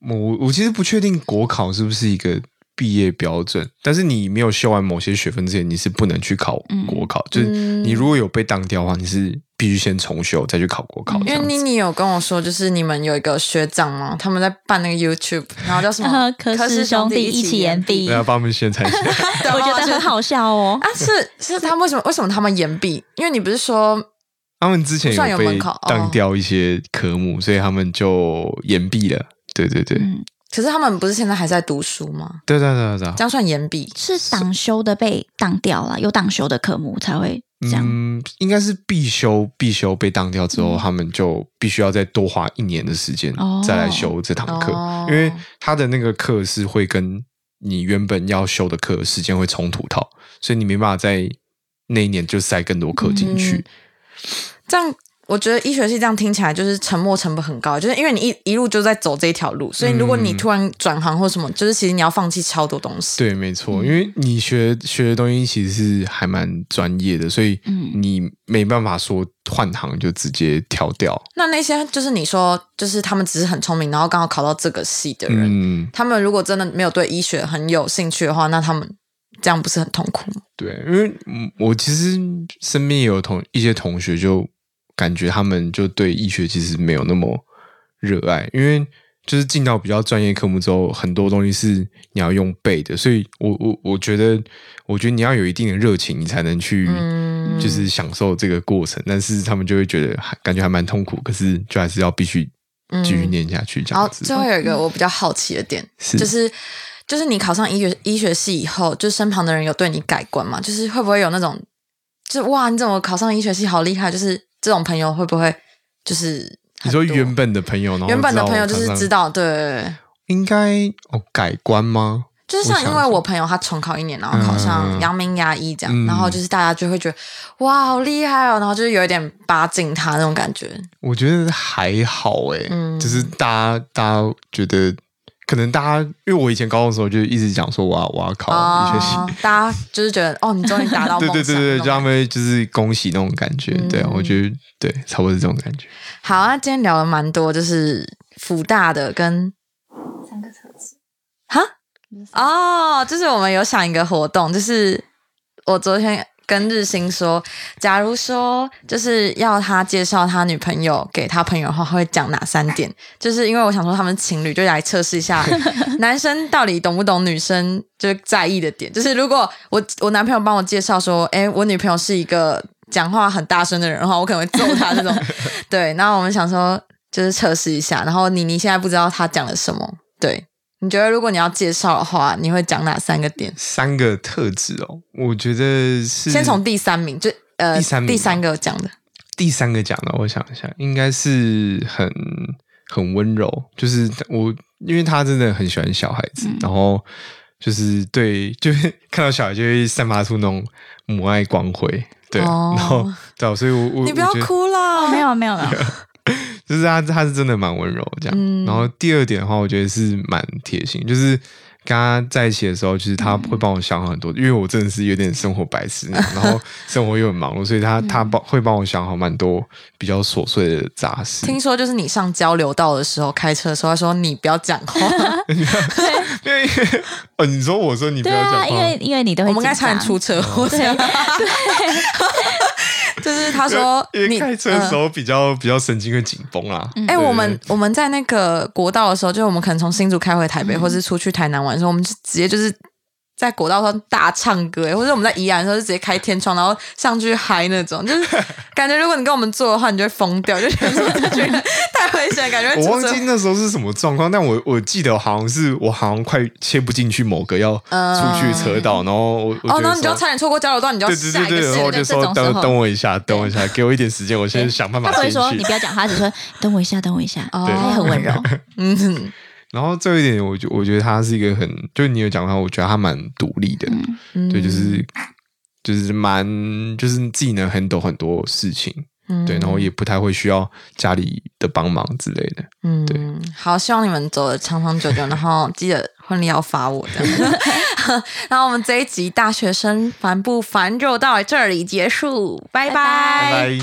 Speaker 3: 我我其实不确定国考是不是一个毕业标准，但是你没有修完某些学分之前，你是不能去考国考，
Speaker 2: 嗯
Speaker 3: 就是你如果有被当掉的话，你是必须先重修再去考国考，这
Speaker 2: 因为
Speaker 3: 样
Speaker 2: 妮
Speaker 3: 子。
Speaker 2: 妮有跟我说，就是你们有一个学长嘛，他们在办那个 YouTube，然后叫什么
Speaker 4: 呃 [LAUGHS] 科氏兄弟一起
Speaker 2: 研
Speaker 4: 研毕 [LAUGHS]
Speaker 3: 对啊，帮我们宣
Speaker 2: [LAUGHS]
Speaker 3: 传一下，
Speaker 2: 对
Speaker 4: 我觉得很好笑
Speaker 2: [LAUGHS]
Speaker 4: 哦 [LAUGHS]
Speaker 2: 啊。，是是他们为什么为什么他们延毕？因为你不是说
Speaker 3: 他们之前
Speaker 2: 不算有
Speaker 3: 被
Speaker 2: 门槛哦
Speaker 3: 当掉一些科目，所以他们就延毕了。对对对，
Speaker 4: 嗯，
Speaker 2: 可是他们不是现在还在读书吗？
Speaker 3: 对对对对对
Speaker 2: 这，样算延毕？
Speaker 4: 是党修的被挡掉了，有党修的科目才会这样。
Speaker 3: 嗯，应该是必修，必修被当掉之后，他们就必须要再多花一年的时间、
Speaker 4: 哦
Speaker 3: 再来修这堂课，
Speaker 2: 哦
Speaker 3: 因为他的那个课是会跟你原本要修的课时间会冲突到，所以你没办法在那一年就塞更多课进
Speaker 4: 嗯
Speaker 3: 去。
Speaker 2: 这样，我觉得医学系这样听起来就是沉没成本很高，就是因为你一一路就在走这一条路，所以如果你突然转行或什么，就是其实你要放弃超多东西。
Speaker 3: 嗯对，没
Speaker 4: 嗯
Speaker 3: 错，因为你学学的东西其实是还蛮专业的，所以
Speaker 4: 嗯
Speaker 3: 你没办法说换行就直接跳掉。
Speaker 2: 那那些就是你说，就是他们只是很聪明，然后刚好考到这个系的人，
Speaker 3: 嗯，
Speaker 2: 他们如果真的没有对医学很有兴趣的话，那他们这样不是很痛苦吗？
Speaker 3: 对，因为嗯我其实身边也有同一些同学，就感觉他们就对医学其实没有那么热爱，因为就是进到比较专业科目之后，很多东西是你要用背的，所以我我我觉得，我觉得你要有一定的热情，你才能去
Speaker 2: 嗯
Speaker 3: 就是享受这个过程。但是他们就会觉得还感觉还蛮痛苦，可是就还是要必须继续念下去这
Speaker 2: 然后
Speaker 3: 样子。
Speaker 2: 嗯最后有一个我比较好奇的点，
Speaker 3: 是
Speaker 2: 就是就是你考上医学医学系以后，就身旁的人有对你改观吗？就是会不会有那种，就是哇，你怎么考上医学系，好厉害？就是这种朋友会不会就是
Speaker 3: 你
Speaker 2: 很多
Speaker 3: 说原本的朋友，然后
Speaker 2: 原本的
Speaker 3: 知道
Speaker 2: 朋友就是
Speaker 3: 常常
Speaker 2: 知道，对对对，
Speaker 3: 应该哦改观吗？
Speaker 2: 就是像
Speaker 3: 我想
Speaker 2: 因为我朋友他重考一年，然后考上
Speaker 3: 嗯
Speaker 2: 阳明牙医这样，
Speaker 3: 嗯
Speaker 2: 然后就是大家就会觉得哇，好厉害哦，然后就是有一点巴敬他那种感觉，
Speaker 3: 我觉得还好哎、
Speaker 2: 嗯
Speaker 3: 就是大家大家觉得，可能大家因为我以前高中的时候就一直讲说我要我要考医学系，
Speaker 2: 哦，大家就是觉得哦，你终于达
Speaker 3: [LAUGHS]
Speaker 2: 到
Speaker 3: 对
Speaker 2: 梦想
Speaker 3: 对对
Speaker 2: 那
Speaker 3: 对，
Speaker 2: 种
Speaker 3: 就
Speaker 2: 感觉
Speaker 3: 他
Speaker 2: 嗯
Speaker 3: 们就是恭喜那种感觉，对啊，我觉得对，差不多是这种感觉。
Speaker 2: 好，那今天聊了蛮多，就是福大的跟
Speaker 4: 三个册子，
Speaker 2: 哈哦，就是我们有想一个活动，就是我昨天跟日新说，假如说就是要他介绍他女朋友给他朋友的话，会讲哪三点？就是因为我想说他们情侣，就来测试一
Speaker 4: [LAUGHS]
Speaker 2: 下男生到底懂不懂女生就是在意的点。就是如果我我男朋友帮我介绍说，哎，我女朋友是一个讲话很大声的人的话，我可能会揍他这种。对，然后我们想说就是测试一下，然后妮妮现在不知道他讲了什么，对。你觉得如果你要介绍的话，你会讲哪三个点？
Speaker 3: 三个特质哦，我觉得是
Speaker 2: 先从第三名，就呃
Speaker 3: 第三名吧
Speaker 2: 个讲的，
Speaker 3: 第三个讲的，我想一下，应该是很很温柔，就是我因为他真的很喜欢小孩
Speaker 2: 嗯
Speaker 3: 子，然后就是对，就是看到小孩就会散发出那种母爱光辉，对，
Speaker 2: 哦
Speaker 3: 然后对啊，所以我我
Speaker 2: 你不要
Speaker 3: 我觉得
Speaker 2: 哭啦，
Speaker 4: 没有没有
Speaker 3: [LAUGHS]
Speaker 4: 没有，啊
Speaker 3: 就是他他是真的蛮温柔这样。
Speaker 2: 嗯
Speaker 3: 然后第二点的话，我觉得是蛮贴心，就是跟他在一起的时候，就是他
Speaker 2: 嗯
Speaker 3: 会帮我想很多，因为我真的是有点生活白痴，然
Speaker 2: [LAUGHS]
Speaker 3: 后生活又很忙碌，所以他他
Speaker 2: 嗯
Speaker 3: 帮会帮我想好蛮多比较琐碎的杂事。
Speaker 2: 听说就是你上交流道的时候，开车的时候，他说你不要讲
Speaker 4: [LAUGHS]
Speaker 2: 话，
Speaker 3: 因为哦，你说我说你不
Speaker 4: 对
Speaker 3: 要讲话，
Speaker 4: 啊，因为因为你都会
Speaker 2: 我们刚才
Speaker 4: 紧
Speaker 2: 差点
Speaker 4: 张
Speaker 2: 出车
Speaker 3: 哦
Speaker 2: 祸，对， [LAUGHS]
Speaker 4: [LAUGHS]
Speaker 2: 就是他说
Speaker 3: 因为
Speaker 2: 你
Speaker 3: 开车的
Speaker 2: 嗯
Speaker 3: 时候比较、比较神经会紧绷啊啦。
Speaker 2: 哎、
Speaker 3: 对
Speaker 2: 我们我们在那个国道的时候，就是我们可能从新竹开回台北，或是出去台南玩的时候，我们就直接就是在国道上大唱歌，哎或者我们在宜兰的时候就直接开天窗，然后上去嗨那种，就是 [LAUGHS] 感觉如果你跟我们做的话，你就会疯掉，就觉得说这群人太危险， [LAUGHS] 感觉会
Speaker 3: 我
Speaker 2: 出
Speaker 3: 忘
Speaker 2: 车
Speaker 3: 记那时候是什么状况，但我我记得好像是我好像快切不进去某个要出去车道，然后我我
Speaker 2: 嗯哦，
Speaker 3: 觉
Speaker 2: 然
Speaker 3: 得
Speaker 2: 后你就
Speaker 3: 说
Speaker 2: 差点错过交流道，你就要
Speaker 3: 对对
Speaker 2: 下
Speaker 3: 对
Speaker 2: 一个
Speaker 3: 对，然
Speaker 2: 线
Speaker 3: 后我
Speaker 4: 对
Speaker 3: 就
Speaker 4: 这
Speaker 3: 说
Speaker 4: 种时
Speaker 3: 等
Speaker 4: 候
Speaker 3: 等我一下，等我一下，给我一点时间，我先想办法
Speaker 4: 他不会
Speaker 3: 先 [LAUGHS]
Speaker 4: 说你
Speaker 3: 去
Speaker 4: 不。要讲话，只说等我一下，等我一下，
Speaker 2: 哦
Speaker 4: 他也很温柔。
Speaker 2: 嗯
Speaker 3: 然后最后一点，我觉我觉得他是一个很，就是你有讲到，我觉得他蛮独立的，
Speaker 2: 嗯，
Speaker 3: 对，就是就是蛮就是自己能 handle 很多事情，
Speaker 2: 嗯
Speaker 3: 对，然后也不太会需要家里的帮忙之类的。
Speaker 2: 嗯
Speaker 3: 对
Speaker 2: 好，希望你们走的长长久久，然后记得婚礼要发我这样。 [LAUGHS] 然后我们这一集大学生烦不烦就到这里结束，拜
Speaker 4: 拜
Speaker 3: 拜
Speaker 4: 拜
Speaker 3: 拜。